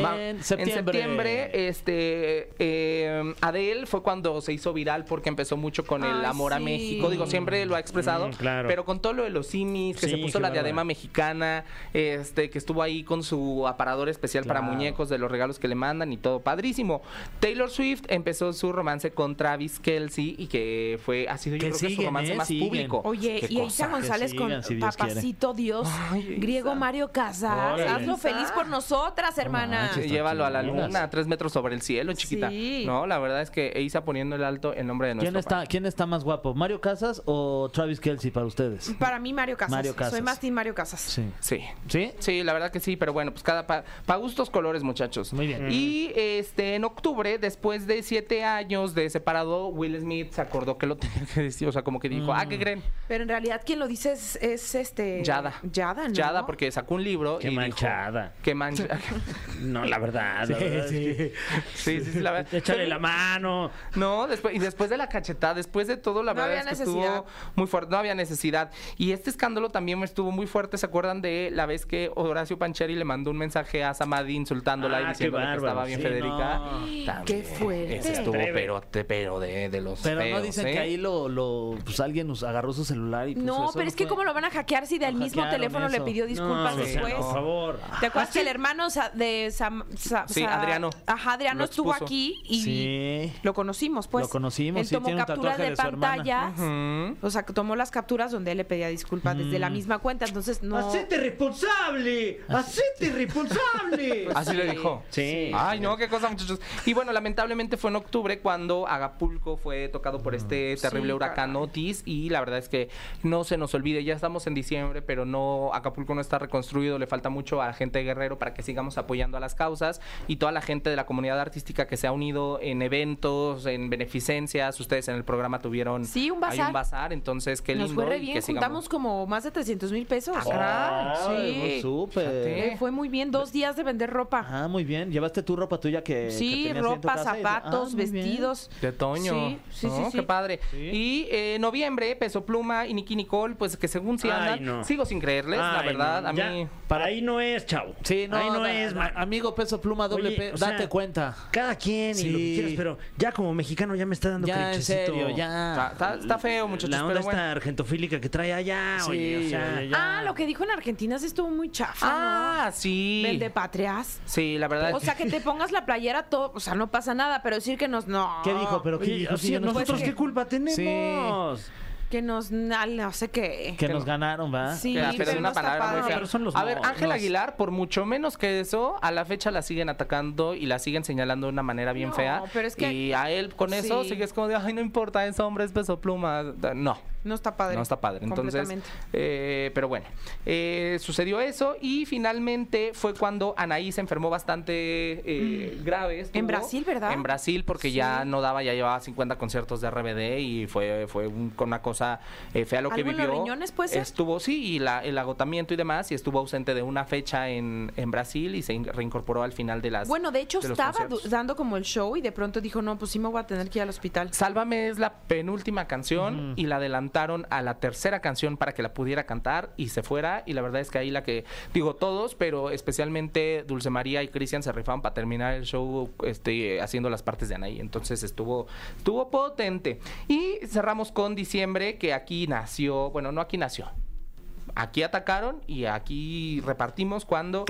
[SPEAKER 6] Ma-
[SPEAKER 4] En septiembre.
[SPEAKER 6] septiembre, este, eh, Adele fue cuando se hizo viral porque empezó mucho con el
[SPEAKER 2] Ay,
[SPEAKER 6] amor a
[SPEAKER 2] sí.
[SPEAKER 6] México. Digo, siempre lo ha expresado.
[SPEAKER 3] Mm, claro.
[SPEAKER 6] Pero con todo lo de los simis, que
[SPEAKER 3] Sí,
[SPEAKER 6] se puso
[SPEAKER 3] qué
[SPEAKER 6] la
[SPEAKER 3] bárbara.
[SPEAKER 6] diadema mexicana, este, que estuvo ahí con su aparador especial para
[SPEAKER 4] Claro.
[SPEAKER 6] muñecos de los regalos que le mandan y todo padrísimo. Taylor Swift empezó su romance con Travis Kelsey y que fue, ha sido
[SPEAKER 4] Que
[SPEAKER 6] yo creo que su
[SPEAKER 4] siguen,
[SPEAKER 6] romance
[SPEAKER 4] ¿eh?
[SPEAKER 6] más
[SPEAKER 4] Siguen.
[SPEAKER 6] público.
[SPEAKER 2] Oye,
[SPEAKER 6] Qué
[SPEAKER 2] y
[SPEAKER 6] cosa.
[SPEAKER 2] Isa González
[SPEAKER 4] Que
[SPEAKER 2] con
[SPEAKER 4] sigan, si Dios quiere.
[SPEAKER 2] Papacito Dios,
[SPEAKER 6] Ay,
[SPEAKER 2] Griego
[SPEAKER 6] Isa.
[SPEAKER 2] Mario Casas,
[SPEAKER 3] Órale.
[SPEAKER 2] hazlo
[SPEAKER 6] Isa.
[SPEAKER 2] feliz por nosotras, hermana.
[SPEAKER 4] manches.
[SPEAKER 6] Llévalo a la
[SPEAKER 4] Chiquitas.
[SPEAKER 6] luna, a tres metros sobre el cielo, chiquita.
[SPEAKER 2] Sí.
[SPEAKER 6] No, la verdad es que Eisa poniendo el alto el nombre de nuestro
[SPEAKER 4] ¿Quién está, ¿Quién está más guapo? ¿Mario Casas o Travis Kelsey para ustedes?
[SPEAKER 2] Para mí Mario Casas.
[SPEAKER 4] Mario Casas.
[SPEAKER 2] Soy más team Mario Casas.
[SPEAKER 4] Sí.
[SPEAKER 6] Sí.
[SPEAKER 4] ¿Sí?
[SPEAKER 6] Sí, la verdad que sí, pero bueno, pues cada para gustos colores, muchachos.
[SPEAKER 4] Muy bien.
[SPEAKER 6] Y este en octubre, después de siete años de separado, Will Smith se acordó que lo tenía que decir, o sea, como que dijo, ah,
[SPEAKER 3] Mm.
[SPEAKER 6] ¿qué creen?
[SPEAKER 2] Pero en realidad quien lo dice es, es, este...
[SPEAKER 6] Yada.
[SPEAKER 2] Yada, ¿no?
[SPEAKER 6] Yada, porque sacó un libro.
[SPEAKER 3] Qué
[SPEAKER 6] y dijo,
[SPEAKER 3] manchada.
[SPEAKER 6] Qué manchada.
[SPEAKER 3] No, la verdad. la verdad es que-
[SPEAKER 6] sí, sí, sí, la verdad.
[SPEAKER 3] Échale
[SPEAKER 6] Pero-
[SPEAKER 3] la mano.
[SPEAKER 6] No, después, y después de la cachetada, después de todo, la
[SPEAKER 2] No
[SPEAKER 6] verdad
[SPEAKER 2] había
[SPEAKER 6] es que
[SPEAKER 2] necesidad.
[SPEAKER 6] estuvo muy fuerte, no había necesidad. Y este escándalo también estuvo muy fuerte, ¿se acuerdan de la vez que Horacio Pancheri le mandó un mensaje a Samadhi insultándola
[SPEAKER 3] Ah,
[SPEAKER 6] y
[SPEAKER 3] qué
[SPEAKER 6] diciéndole que
[SPEAKER 3] bárbaro,
[SPEAKER 6] estaba bien
[SPEAKER 3] sí,
[SPEAKER 6] Federica?
[SPEAKER 4] no.
[SPEAKER 6] También,
[SPEAKER 2] Qué fuerte.
[SPEAKER 6] Ese estuvo,
[SPEAKER 3] Atrévete.
[SPEAKER 6] pero, te- pero de, de los
[SPEAKER 4] Pero no
[SPEAKER 6] feos,
[SPEAKER 4] dicen
[SPEAKER 6] ¿eh?
[SPEAKER 4] que ahí lo, lo pues alguien nos agarró su celular y puso
[SPEAKER 2] No,
[SPEAKER 4] eso,
[SPEAKER 2] pero es que
[SPEAKER 4] fue?
[SPEAKER 2] cómo lo van a hackear si del
[SPEAKER 4] Lo
[SPEAKER 2] mismo
[SPEAKER 4] hackearon,
[SPEAKER 2] teléfono le
[SPEAKER 4] eso.
[SPEAKER 2] pidió disculpas
[SPEAKER 3] No, o sea,
[SPEAKER 2] después.
[SPEAKER 3] por favor.
[SPEAKER 2] ¿Te acuerdas que el hermano sa- de Sam, Sa-
[SPEAKER 6] Sí,
[SPEAKER 2] Sa-
[SPEAKER 6] Adriano.
[SPEAKER 2] Ajá, Adriano
[SPEAKER 6] Lo
[SPEAKER 2] estuvo
[SPEAKER 6] expuso.
[SPEAKER 2] aquí y
[SPEAKER 4] Sí.
[SPEAKER 2] lo conocimos, pues.
[SPEAKER 4] Lo conocimos,
[SPEAKER 2] Él
[SPEAKER 4] sí,
[SPEAKER 2] tomó
[SPEAKER 4] tiene un
[SPEAKER 2] capturas
[SPEAKER 4] tatuaje
[SPEAKER 2] de,
[SPEAKER 4] de su hermana.
[SPEAKER 2] pantallas.
[SPEAKER 6] Mm.
[SPEAKER 2] O sea, que tomó las capturas donde él le pedía disculpas desde la misma cuenta. Entonces, no.
[SPEAKER 3] responsable! ¡Hacete responsable!
[SPEAKER 6] Así le dijo.
[SPEAKER 3] Ah, Sí.
[SPEAKER 6] Ay, no, qué cosa, muchachos. Y bueno, lamentablemente fue en octubre cuando Acapulco fue tocado por este terrible
[SPEAKER 2] Mm. Sí,
[SPEAKER 6] huracán
[SPEAKER 2] caray.
[SPEAKER 6] Otis. Y la verdad es que no se nos olvide, ya estamos en diciembre, pero no, Acapulco no está reconstruido. Le falta mucho a la gente de Guerrero para que sigamos apoyando a las causas. Y toda la gente de la comunidad artística que se ha unido en eventos, en beneficencias. Ustedes en el programa tuvieron.
[SPEAKER 2] Sí, un
[SPEAKER 6] Hay
[SPEAKER 2] bazar.
[SPEAKER 6] un bazar, entonces qué lindo.
[SPEAKER 2] Nos fue re
[SPEAKER 6] y
[SPEAKER 2] bien,
[SPEAKER 6] que sigamos.
[SPEAKER 2] juntamos como más de 300 mil pesos.
[SPEAKER 4] Ay,
[SPEAKER 2] sí.
[SPEAKER 4] Súper.
[SPEAKER 2] Eh, Fue muy bien, dos días de vender ropa.
[SPEAKER 4] Ajá, muy bien. Llevaste tu ropa tuya que. que
[SPEAKER 2] Sí,
[SPEAKER 4] tenías ahí en tu
[SPEAKER 2] ropa,
[SPEAKER 4] casa y-
[SPEAKER 2] zapatos,
[SPEAKER 4] Ah, muy bien.
[SPEAKER 2] vestidos.
[SPEAKER 6] De otoño.
[SPEAKER 2] Sí, sí, sí,
[SPEAKER 6] ¿no?
[SPEAKER 2] sí.
[SPEAKER 6] Qué padre. Y eh, noviembre, Peso Pluma y Nicky Nicole, pues que según si
[SPEAKER 3] Ay,
[SPEAKER 6] andan,
[SPEAKER 3] no.
[SPEAKER 6] sigo sin creerles, la
[SPEAKER 3] Ay,
[SPEAKER 6] verdad,
[SPEAKER 3] no,
[SPEAKER 6] a
[SPEAKER 3] ya,
[SPEAKER 6] mí.
[SPEAKER 3] Para ahí no es, chavo.
[SPEAKER 4] Sí, no,
[SPEAKER 3] Ahí no
[SPEAKER 4] da-
[SPEAKER 3] es.
[SPEAKER 4] da-
[SPEAKER 3] ma-
[SPEAKER 4] a mí amigo Peso Pluma doble
[SPEAKER 3] Oye,
[SPEAKER 4] P,
[SPEAKER 3] o sea,
[SPEAKER 4] date cuenta.
[SPEAKER 3] Cada quien y lo que
[SPEAKER 4] Sí.
[SPEAKER 3] quieras, pero ya como mexicano ya me está dando
[SPEAKER 4] Ya, en
[SPEAKER 3] crinchecito.
[SPEAKER 4] serio,
[SPEAKER 2] Ah.
[SPEAKER 6] Está,
[SPEAKER 4] ya.
[SPEAKER 6] está- está feo, muchachos,
[SPEAKER 3] La onda
[SPEAKER 6] pero bueno.
[SPEAKER 3] esta argentofílica que trae allá,
[SPEAKER 4] Sí,
[SPEAKER 3] oye, o sea,
[SPEAKER 4] oye, ya.
[SPEAKER 2] Ah, lo que dijo en Argentina sí estuvo muy chafa.
[SPEAKER 6] Ah, sí.
[SPEAKER 2] ¿no? de patrias.
[SPEAKER 6] Sí, la verdad.
[SPEAKER 2] O sea, que te pongas la playera todo, o sea, no pasa nada, pero decir que nos no.
[SPEAKER 4] ¿Qué dijo? ¿Pero qué
[SPEAKER 3] Oye,
[SPEAKER 4] dijo?
[SPEAKER 3] o
[SPEAKER 4] Sí,
[SPEAKER 3] sea,
[SPEAKER 4] yo no
[SPEAKER 3] nosotros
[SPEAKER 4] escuché.
[SPEAKER 3] qué culpa tenemos.
[SPEAKER 2] Que nos na- no sé qué.
[SPEAKER 4] Que nos ganaron, ¿va?
[SPEAKER 2] Sí,
[SPEAKER 6] Pero,
[SPEAKER 2] pero
[SPEAKER 6] es
[SPEAKER 2] no
[SPEAKER 6] una
[SPEAKER 2] está
[SPEAKER 6] palabra muy
[SPEAKER 2] padre.
[SPEAKER 6] fea.
[SPEAKER 3] Pero son los
[SPEAKER 6] a ver,
[SPEAKER 3] nos,
[SPEAKER 6] Ángel
[SPEAKER 3] nos.
[SPEAKER 6] Aguilar, por mucho menos que eso, a la fecha la siguen atacando y la siguen señalando de una manera bien
[SPEAKER 2] No,
[SPEAKER 6] fea.
[SPEAKER 2] pero es que-
[SPEAKER 6] Y a él con eso
[SPEAKER 2] Sí.
[SPEAKER 6] sigues como de, ay, no importa, es hombre, es peso pluma. No.
[SPEAKER 2] No está padre.
[SPEAKER 6] No está padre. Entonces,
[SPEAKER 2] Completamente.
[SPEAKER 6] eh, pero bueno, eh, sucedió eso y finalmente fue cuando Anaí se enfermó bastante eh, grave. estuvo.
[SPEAKER 2] Mm. En Brasil, ¿verdad?
[SPEAKER 6] En Brasil, porque ya no daba, ya llevaba 50 conciertos de RBD y fue, fue un- con una cosa eh, fea lo que
[SPEAKER 2] ¿Algo en los
[SPEAKER 6] vivió.
[SPEAKER 2] riñones puede ser?
[SPEAKER 6] Estuvo, sí, y la- el agotamiento y demás, y estuvo ausente de una fecha en, en Brasil y se in- reincorporó al final de las.
[SPEAKER 2] Bueno, de hecho
[SPEAKER 6] los
[SPEAKER 2] estaba
[SPEAKER 6] conciertos.
[SPEAKER 2] du- dando como el show y de pronto dijo, no, pues sí me voy a tener que ir al hospital.
[SPEAKER 6] Sálvame es la penúltima canción y la adelantaron a la tercera canción para que la pudiera cantar y se fuera. Y la verdad es que ahí la que, digo todos, pero especialmente Dulce María y Cristian se rifaron para terminar el show este, haciendo las partes de Anaí. Entonces estuvo, estuvo potente. Y cerramos con diciembre, que aquí nació, bueno, no aquí nació. Aquí atacaron y aquí repartimos cuando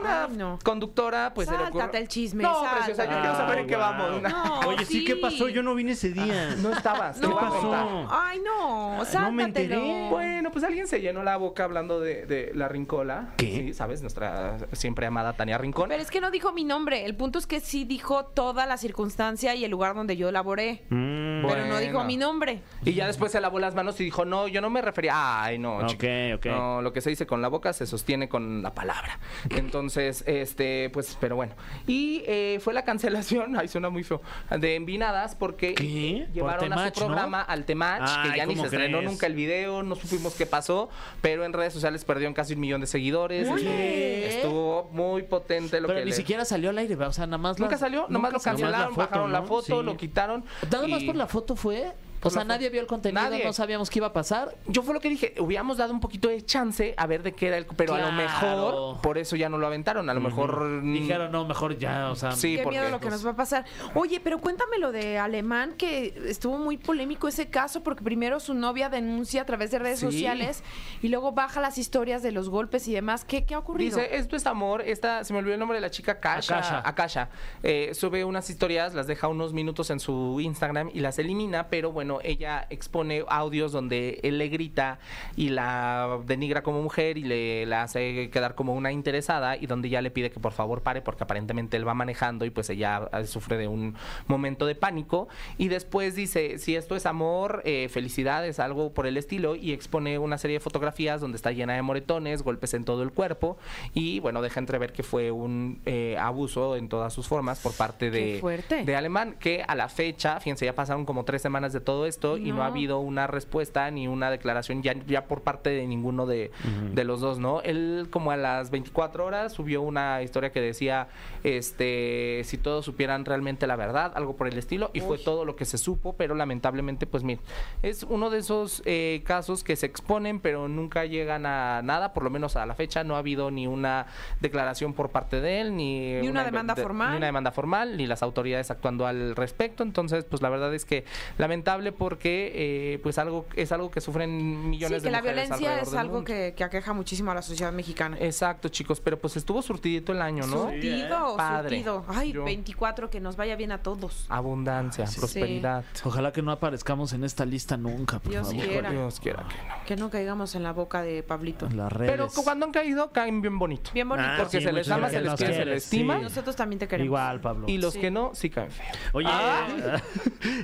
[SPEAKER 6] una
[SPEAKER 2] Ay, no.
[SPEAKER 6] conductora pues se le
[SPEAKER 2] Sáltate
[SPEAKER 6] ocurre-
[SPEAKER 2] el chisme,
[SPEAKER 6] No,
[SPEAKER 2] sáltate.
[SPEAKER 6] preciosa, yo quiero saber en qué
[SPEAKER 3] guau.
[SPEAKER 6] vamos.
[SPEAKER 2] No,
[SPEAKER 3] Oye, sí, ¿qué
[SPEAKER 2] sí.
[SPEAKER 3] pasó? Yo no vine
[SPEAKER 6] Ah.
[SPEAKER 3] ese día.
[SPEAKER 6] No estabas.
[SPEAKER 3] ¿Qué
[SPEAKER 6] te voy a
[SPEAKER 3] pasó?
[SPEAKER 6] contar.
[SPEAKER 2] Ay, no,
[SPEAKER 3] no me
[SPEAKER 2] sáltatelo.
[SPEAKER 3] enteré.
[SPEAKER 6] Bueno, pues alguien se llenó la boca hablando de, de la Rincola.
[SPEAKER 3] ¿Qué?
[SPEAKER 6] Sí, ¿sabes? Nuestra siempre amada Tania Rincón.
[SPEAKER 2] Pero es que no dijo mi nombre. El punto es que sí dijo toda la circunstancia y el lugar donde yo laboré.
[SPEAKER 3] Mm,
[SPEAKER 2] Pero no dijo
[SPEAKER 6] Bueno.
[SPEAKER 2] mi nombre.
[SPEAKER 6] Y ya después se lavó las manos y dijo, no, yo no me refería. Ay, no,
[SPEAKER 3] Ok,
[SPEAKER 6] chica.
[SPEAKER 3] ok.
[SPEAKER 6] No, lo que se dice con la boca se sostiene con la palabra. Entonces, este, pues, pero bueno. Y eh, fue la cancelación, ay, suena muy feo, de Envinadas porque
[SPEAKER 3] ¿Qué?
[SPEAKER 4] Por
[SPEAKER 6] llevaron a
[SPEAKER 4] Temach,
[SPEAKER 6] su
[SPEAKER 4] ¿no?
[SPEAKER 6] programa al Temach, que
[SPEAKER 3] Ay,
[SPEAKER 6] ya ni se
[SPEAKER 3] ¿cómo
[SPEAKER 6] estrenó
[SPEAKER 3] crees?
[SPEAKER 6] nunca el video, no supimos qué pasó, pero en redes sociales perdieron casi un millón de seguidores.
[SPEAKER 2] ¿Qué?
[SPEAKER 6] Estuvo muy potente lo
[SPEAKER 4] Pero
[SPEAKER 6] que
[SPEAKER 4] ni
[SPEAKER 6] le-
[SPEAKER 4] siquiera salió al aire, ¿va? O sea, nada más.
[SPEAKER 6] Nunca
[SPEAKER 4] la-
[SPEAKER 6] salió,
[SPEAKER 4] nunca
[SPEAKER 6] nomás lo
[SPEAKER 4] salió.
[SPEAKER 6] cancelaron, bajaron la
[SPEAKER 3] ¿no?
[SPEAKER 6] foto,
[SPEAKER 3] Sí.
[SPEAKER 6] lo quitaron.
[SPEAKER 4] Nada más
[SPEAKER 6] y-
[SPEAKER 4] por la foto fue. O
[SPEAKER 6] Por
[SPEAKER 4] sea,
[SPEAKER 6] la foto.
[SPEAKER 4] nadie vio el contenido,
[SPEAKER 6] Nadie.
[SPEAKER 4] no sabíamos qué iba a pasar.
[SPEAKER 6] Yo fue lo que dije, hubiéramos dado un poquito de chance a ver de qué era el... Pero a lo
[SPEAKER 4] Claro.
[SPEAKER 6] mejor, por eso ya no lo aventaron, a lo mejor... mm,
[SPEAKER 4] Dijeron, no, mejor ya, o sea.
[SPEAKER 6] Sí,
[SPEAKER 2] Qué
[SPEAKER 6] porque,
[SPEAKER 2] miedo lo que
[SPEAKER 6] pues,
[SPEAKER 2] nos va a pasar. Oye, pero cuéntame lo de Alemán, que estuvo muy polémico ese caso, porque primero su novia denuncia a través de redes
[SPEAKER 6] Sí.
[SPEAKER 2] sociales y luego baja las historias de los golpes y demás. ¿Qué, qué ha ocurrido?
[SPEAKER 6] Dice, esto es amor, esta, se me olvidó el nombre de la chica, Akasha.
[SPEAKER 4] Akasha.
[SPEAKER 6] Akasha. Eh, sube unas historias, las deja unos minutos en su Instagram y las elimina, pero bueno, ella expone audios donde él le grita y la denigra como mujer y le la hace quedar como una interesada y donde ya le pide que por favor pare porque aparentemente él va manejando y pues ella eh, sufre de un momento de pánico y después dice, si esto es amor, eh, felicidades, algo por el estilo y expone una serie de fotografías donde está llena de moretones, golpes en todo el cuerpo y bueno, deja entrever que fue un eh, abuso en todas sus formas por parte
[SPEAKER 2] Qué
[SPEAKER 6] de,
[SPEAKER 2] fuerte.
[SPEAKER 6] de Alemán, que a la fecha, fíjense, ya pasaron como tres semanas de todo esto y no
[SPEAKER 2] No.
[SPEAKER 6] ha habido una respuesta ni una declaración ya, ya por parte de ninguno de, de los dos, ¿no? Él como a las 24 horas subió una historia que decía, este, si todos supieran realmente la verdad, algo por el estilo, y fue todo lo que se supo, pero lamentablemente, pues mira, es uno de esos eh, casos que se exponen, pero nunca llegan a nada, por lo menos a la fecha no ha habido ni una declaración por parte de él, ni,
[SPEAKER 2] Ni una demanda
[SPEAKER 6] de-
[SPEAKER 2] formal.
[SPEAKER 6] Ni una demanda formal, ni las autoridades actuando al respecto. Entonces, pues la verdad es que lamentable porque eh, pues algo es algo que sufren
[SPEAKER 2] sí,
[SPEAKER 6] millones
[SPEAKER 2] que
[SPEAKER 6] de
[SPEAKER 2] la
[SPEAKER 6] mujeres
[SPEAKER 2] violencia
[SPEAKER 6] alrededor
[SPEAKER 2] es
[SPEAKER 6] del
[SPEAKER 2] algo
[SPEAKER 6] mundo.
[SPEAKER 2] que, que aqueja muchísimo a la sociedad mexicana.
[SPEAKER 6] Exacto, chicos, pero pues estuvo surtidito el año, ¿no? eh,
[SPEAKER 2] Surtido,
[SPEAKER 6] Padre.
[SPEAKER 2] surtido. Ay,
[SPEAKER 6] Yo- Ah.
[SPEAKER 2] 24, que nos vaya bien a todos.
[SPEAKER 6] Abundancia, prosperidad.
[SPEAKER 4] Ojalá que no aparezcamos en esta lista nunca, por
[SPEAKER 2] Dios
[SPEAKER 4] favor.
[SPEAKER 2] quiera.
[SPEAKER 6] Dios quiera que no.
[SPEAKER 2] Que no caigamos en la boca de Pablito.
[SPEAKER 4] En las redes.
[SPEAKER 6] Pero cuando han caído, caen bien bonito.
[SPEAKER 2] Bien bonito.
[SPEAKER 3] Ah,
[SPEAKER 6] Porque
[SPEAKER 3] sí,
[SPEAKER 6] se les
[SPEAKER 3] muchas
[SPEAKER 6] ama, se
[SPEAKER 3] gracias.
[SPEAKER 6] les
[SPEAKER 3] Nos
[SPEAKER 6] quiere, se
[SPEAKER 3] quieres,
[SPEAKER 6] les
[SPEAKER 3] sí.
[SPEAKER 6] estima.
[SPEAKER 2] Nosotros también te queremos.
[SPEAKER 4] Igual, Pablo.
[SPEAKER 6] Y Ah. los
[SPEAKER 2] Sí.
[SPEAKER 6] que no, sí caen feo.
[SPEAKER 3] Oye,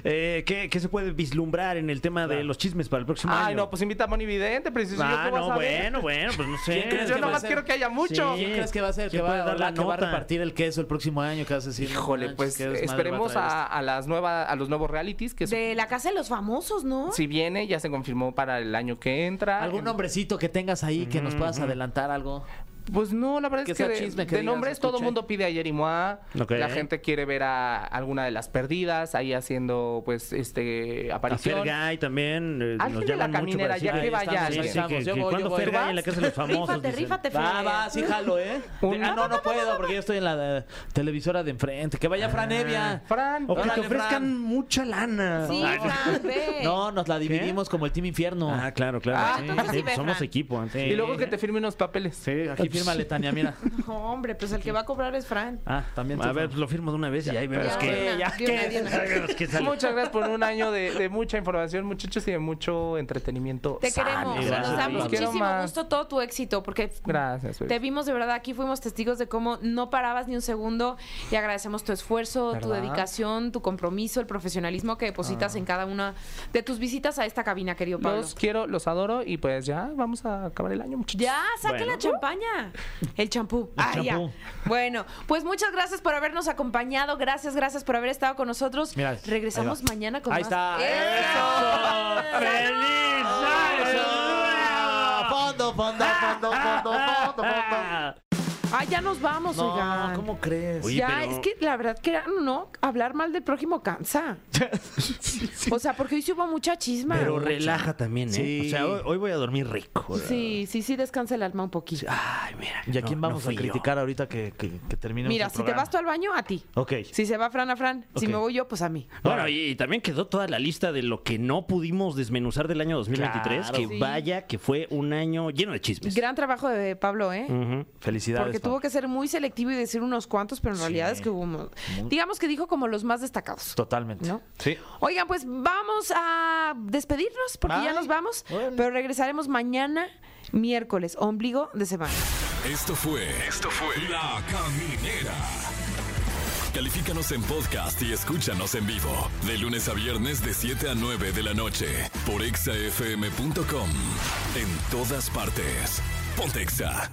[SPEAKER 3] eh, ¿qué, qué se puede vislumbrar en el tema de los chismes para el próximo año?
[SPEAKER 6] Ay, no, pues invita a Moni Vidente, preciso.
[SPEAKER 3] Ah,
[SPEAKER 6] yo qué voy a
[SPEAKER 3] no,
[SPEAKER 6] saber?
[SPEAKER 3] bueno, bueno, pues no sé.
[SPEAKER 4] ¿Quién crees
[SPEAKER 6] Yo
[SPEAKER 4] que va a
[SPEAKER 6] nomás
[SPEAKER 4] ser?
[SPEAKER 6] quiero que haya mucho.
[SPEAKER 3] Sí.
[SPEAKER 4] ¿Quién crees que va a ser?
[SPEAKER 3] ¿Quién
[SPEAKER 4] ¿Que va,
[SPEAKER 3] puede dar
[SPEAKER 4] la
[SPEAKER 3] la
[SPEAKER 4] que va a
[SPEAKER 3] nota?
[SPEAKER 4] repartir el queso el próximo año? ¿Qué vas a decir? No
[SPEAKER 6] Híjole,
[SPEAKER 4] manches,
[SPEAKER 6] pues
[SPEAKER 4] Ah, qué desmadre
[SPEAKER 6] esperemos
[SPEAKER 4] va traer
[SPEAKER 6] a, a las nuevas, a los nuevos realities que
[SPEAKER 2] De la casa de los famosos, ¿no?
[SPEAKER 6] si viene, ya se confirmó para el año que entra.
[SPEAKER 4] ¿Algún
[SPEAKER 6] En-
[SPEAKER 4] nombrecito que tengas ahí que nos puedas adelantar algo?
[SPEAKER 6] Pues no, la verdad
[SPEAKER 4] Que
[SPEAKER 6] es que
[SPEAKER 4] sea
[SPEAKER 6] de,
[SPEAKER 4] chisme, que
[SPEAKER 6] de
[SPEAKER 4] digas,
[SPEAKER 6] nombres todo el
[SPEAKER 4] escuché.
[SPEAKER 6] mundo pide a Jerimoa.
[SPEAKER 3] Ok.
[SPEAKER 6] La gente quiere ver a alguna de las perdidas ahí haciendo, pues, este,
[SPEAKER 3] A
[SPEAKER 6] aparición.
[SPEAKER 3] Fergay también eh,
[SPEAKER 6] Alguien
[SPEAKER 3] nos
[SPEAKER 6] de la
[SPEAKER 3] llaman mucho
[SPEAKER 6] caminera,
[SPEAKER 3] para
[SPEAKER 6] ya
[SPEAKER 3] decir-
[SPEAKER 6] que vaya
[SPEAKER 3] Sí,
[SPEAKER 6] alguien.
[SPEAKER 3] sí,
[SPEAKER 4] Estamos,
[SPEAKER 3] que-
[SPEAKER 4] yo
[SPEAKER 3] que
[SPEAKER 4] voy,
[SPEAKER 3] cuando
[SPEAKER 4] yo voy.
[SPEAKER 3] Fergay en la casa de los famosos.
[SPEAKER 2] Rífate,
[SPEAKER 3] dicen.
[SPEAKER 2] rífate,
[SPEAKER 4] Va,
[SPEAKER 2] Fer.
[SPEAKER 4] va, sí jalo, ¿eh?
[SPEAKER 6] Un-
[SPEAKER 4] Ah, no, no puedo porque yo estoy en la de- televisora de enfrente. Que vaya Fran Evia.
[SPEAKER 6] Fran,
[SPEAKER 3] O que te
[SPEAKER 4] Órale,
[SPEAKER 3] ofrezcan
[SPEAKER 4] Fran.
[SPEAKER 3] mucha lana.
[SPEAKER 2] Sí,
[SPEAKER 3] Ah,
[SPEAKER 2] Fran, ve.
[SPEAKER 4] No, nos la dividimos como el Team Infierno.
[SPEAKER 3] Ah, claro, claro.
[SPEAKER 6] Ah,
[SPEAKER 3] Sí,
[SPEAKER 2] entonces
[SPEAKER 3] sí,
[SPEAKER 2] sí ve,
[SPEAKER 3] somos
[SPEAKER 2] Fran.
[SPEAKER 3] equipo. ah, sí.
[SPEAKER 6] y luego que te firme unos papeles.
[SPEAKER 4] Sí, aquí fírmale, Tania, mira.
[SPEAKER 2] No, hombre, pues el que va a cobrar es Fran.
[SPEAKER 4] Ah, también.
[SPEAKER 3] A
[SPEAKER 4] tú,
[SPEAKER 3] ver,
[SPEAKER 4] Fran.
[SPEAKER 3] pues lo firmo de una vez y ahí vemos
[SPEAKER 2] Ya,
[SPEAKER 3] que.
[SPEAKER 2] una, de una, de una.
[SPEAKER 3] vemos qué sale.
[SPEAKER 6] Muchas gracias por un año de, de mucha información, muchachos, y de mucho entretenimiento.
[SPEAKER 2] Te
[SPEAKER 6] sano.
[SPEAKER 2] queremos.
[SPEAKER 3] gracias
[SPEAKER 2] Nos
[SPEAKER 3] a
[SPEAKER 2] da
[SPEAKER 3] ti.
[SPEAKER 6] Quiero
[SPEAKER 2] muchísimo
[SPEAKER 6] más.
[SPEAKER 2] gusto todo tu éxito porque
[SPEAKER 6] Gracias.
[SPEAKER 2] te
[SPEAKER 6] bebé.
[SPEAKER 2] vimos de verdad aquí, fuimos testigos de cómo no parabas ni un segundo y agradecemos tu esfuerzo, tu
[SPEAKER 6] ¿Verdad?
[SPEAKER 2] dedicación, tu compromiso, el profesionalismo que depositas en cada una de tus visitas a esta cabina, querido Pablo.
[SPEAKER 6] Los quiero, los adoro, y pues ya vamos a acabar el año, muchachos.
[SPEAKER 2] Ya, saquen
[SPEAKER 3] Bueno.
[SPEAKER 2] la champaña. El champú. Ah, ya.
[SPEAKER 4] champú.
[SPEAKER 2] Bueno, pues muchas gracias por habernos acompañado. Gracias, gracias por haber estado con nosotros.
[SPEAKER 4] Mira, ahí
[SPEAKER 2] Regresamos
[SPEAKER 4] va.
[SPEAKER 2] mañana con
[SPEAKER 4] Ahí
[SPEAKER 2] más.
[SPEAKER 4] está.
[SPEAKER 2] ¡Eso!
[SPEAKER 3] ¡Feliz
[SPEAKER 4] ¡Eso!
[SPEAKER 3] año!
[SPEAKER 4] Fondo, fondo, fondo, fondo, fondo, fondo.
[SPEAKER 2] Ay, Ah, ya nos vamos,
[SPEAKER 4] No,
[SPEAKER 2] oigan.
[SPEAKER 4] ¿cómo crees?
[SPEAKER 3] Oye,
[SPEAKER 2] ya,
[SPEAKER 3] pero-
[SPEAKER 2] es que la verdad que era, no, hablar mal del prójimo cansa. O sea, porque hoy sí hubo mucha chisma.
[SPEAKER 3] Pero relaja también, ¿eh?
[SPEAKER 4] Sí.
[SPEAKER 3] O sea, hoy, hoy voy a dormir rico.
[SPEAKER 2] Sí, sí, sí, descansa el alma un poquito.
[SPEAKER 3] Ay, mira.
[SPEAKER 4] ¿Y a
[SPEAKER 3] no-
[SPEAKER 4] quién
[SPEAKER 3] no
[SPEAKER 4] vamos a
[SPEAKER 3] fui yo.
[SPEAKER 4] criticar ahorita que, que, que terminemos
[SPEAKER 2] Mira,
[SPEAKER 4] el
[SPEAKER 2] si te
[SPEAKER 4] programa?
[SPEAKER 2] vas tú al baño, a ti.
[SPEAKER 4] Ok.
[SPEAKER 2] Si se va Fran a Fran, si
[SPEAKER 4] Ok.
[SPEAKER 2] me voy yo, pues a mí.
[SPEAKER 3] Bueno, y, y también quedó toda la lista de lo que no pudimos desmenuzar del año 2023.
[SPEAKER 4] Claro.
[SPEAKER 3] Que
[SPEAKER 2] Sí.
[SPEAKER 3] vaya que fue un año lleno de chismes.
[SPEAKER 2] Gran trabajo de Pablo, ¿eh?
[SPEAKER 3] Ujú.
[SPEAKER 4] Felicidades.
[SPEAKER 2] Porque
[SPEAKER 4] Pablo.
[SPEAKER 2] tuvo que ser muy selectivo y decir unos cuantos, pero en realidad es que hubo. mo- Digamos que dijo como los más destacados.
[SPEAKER 4] Totalmente.
[SPEAKER 2] ¿No?
[SPEAKER 4] Sí.
[SPEAKER 2] Oigan, pues vamos a despedirnos porque ya
[SPEAKER 4] Ay,
[SPEAKER 2] nos vamos,
[SPEAKER 4] órale.
[SPEAKER 2] pero regresaremos mañana, miércoles, ombligo de semana.
[SPEAKER 1] Esto fue. Esto fue. La Caminera. Califícanos en podcast y escúchanos en vivo. De lunes a viernes, de 7 a 9 de la noche. Por exafm.com. En todas partes. Pontexa.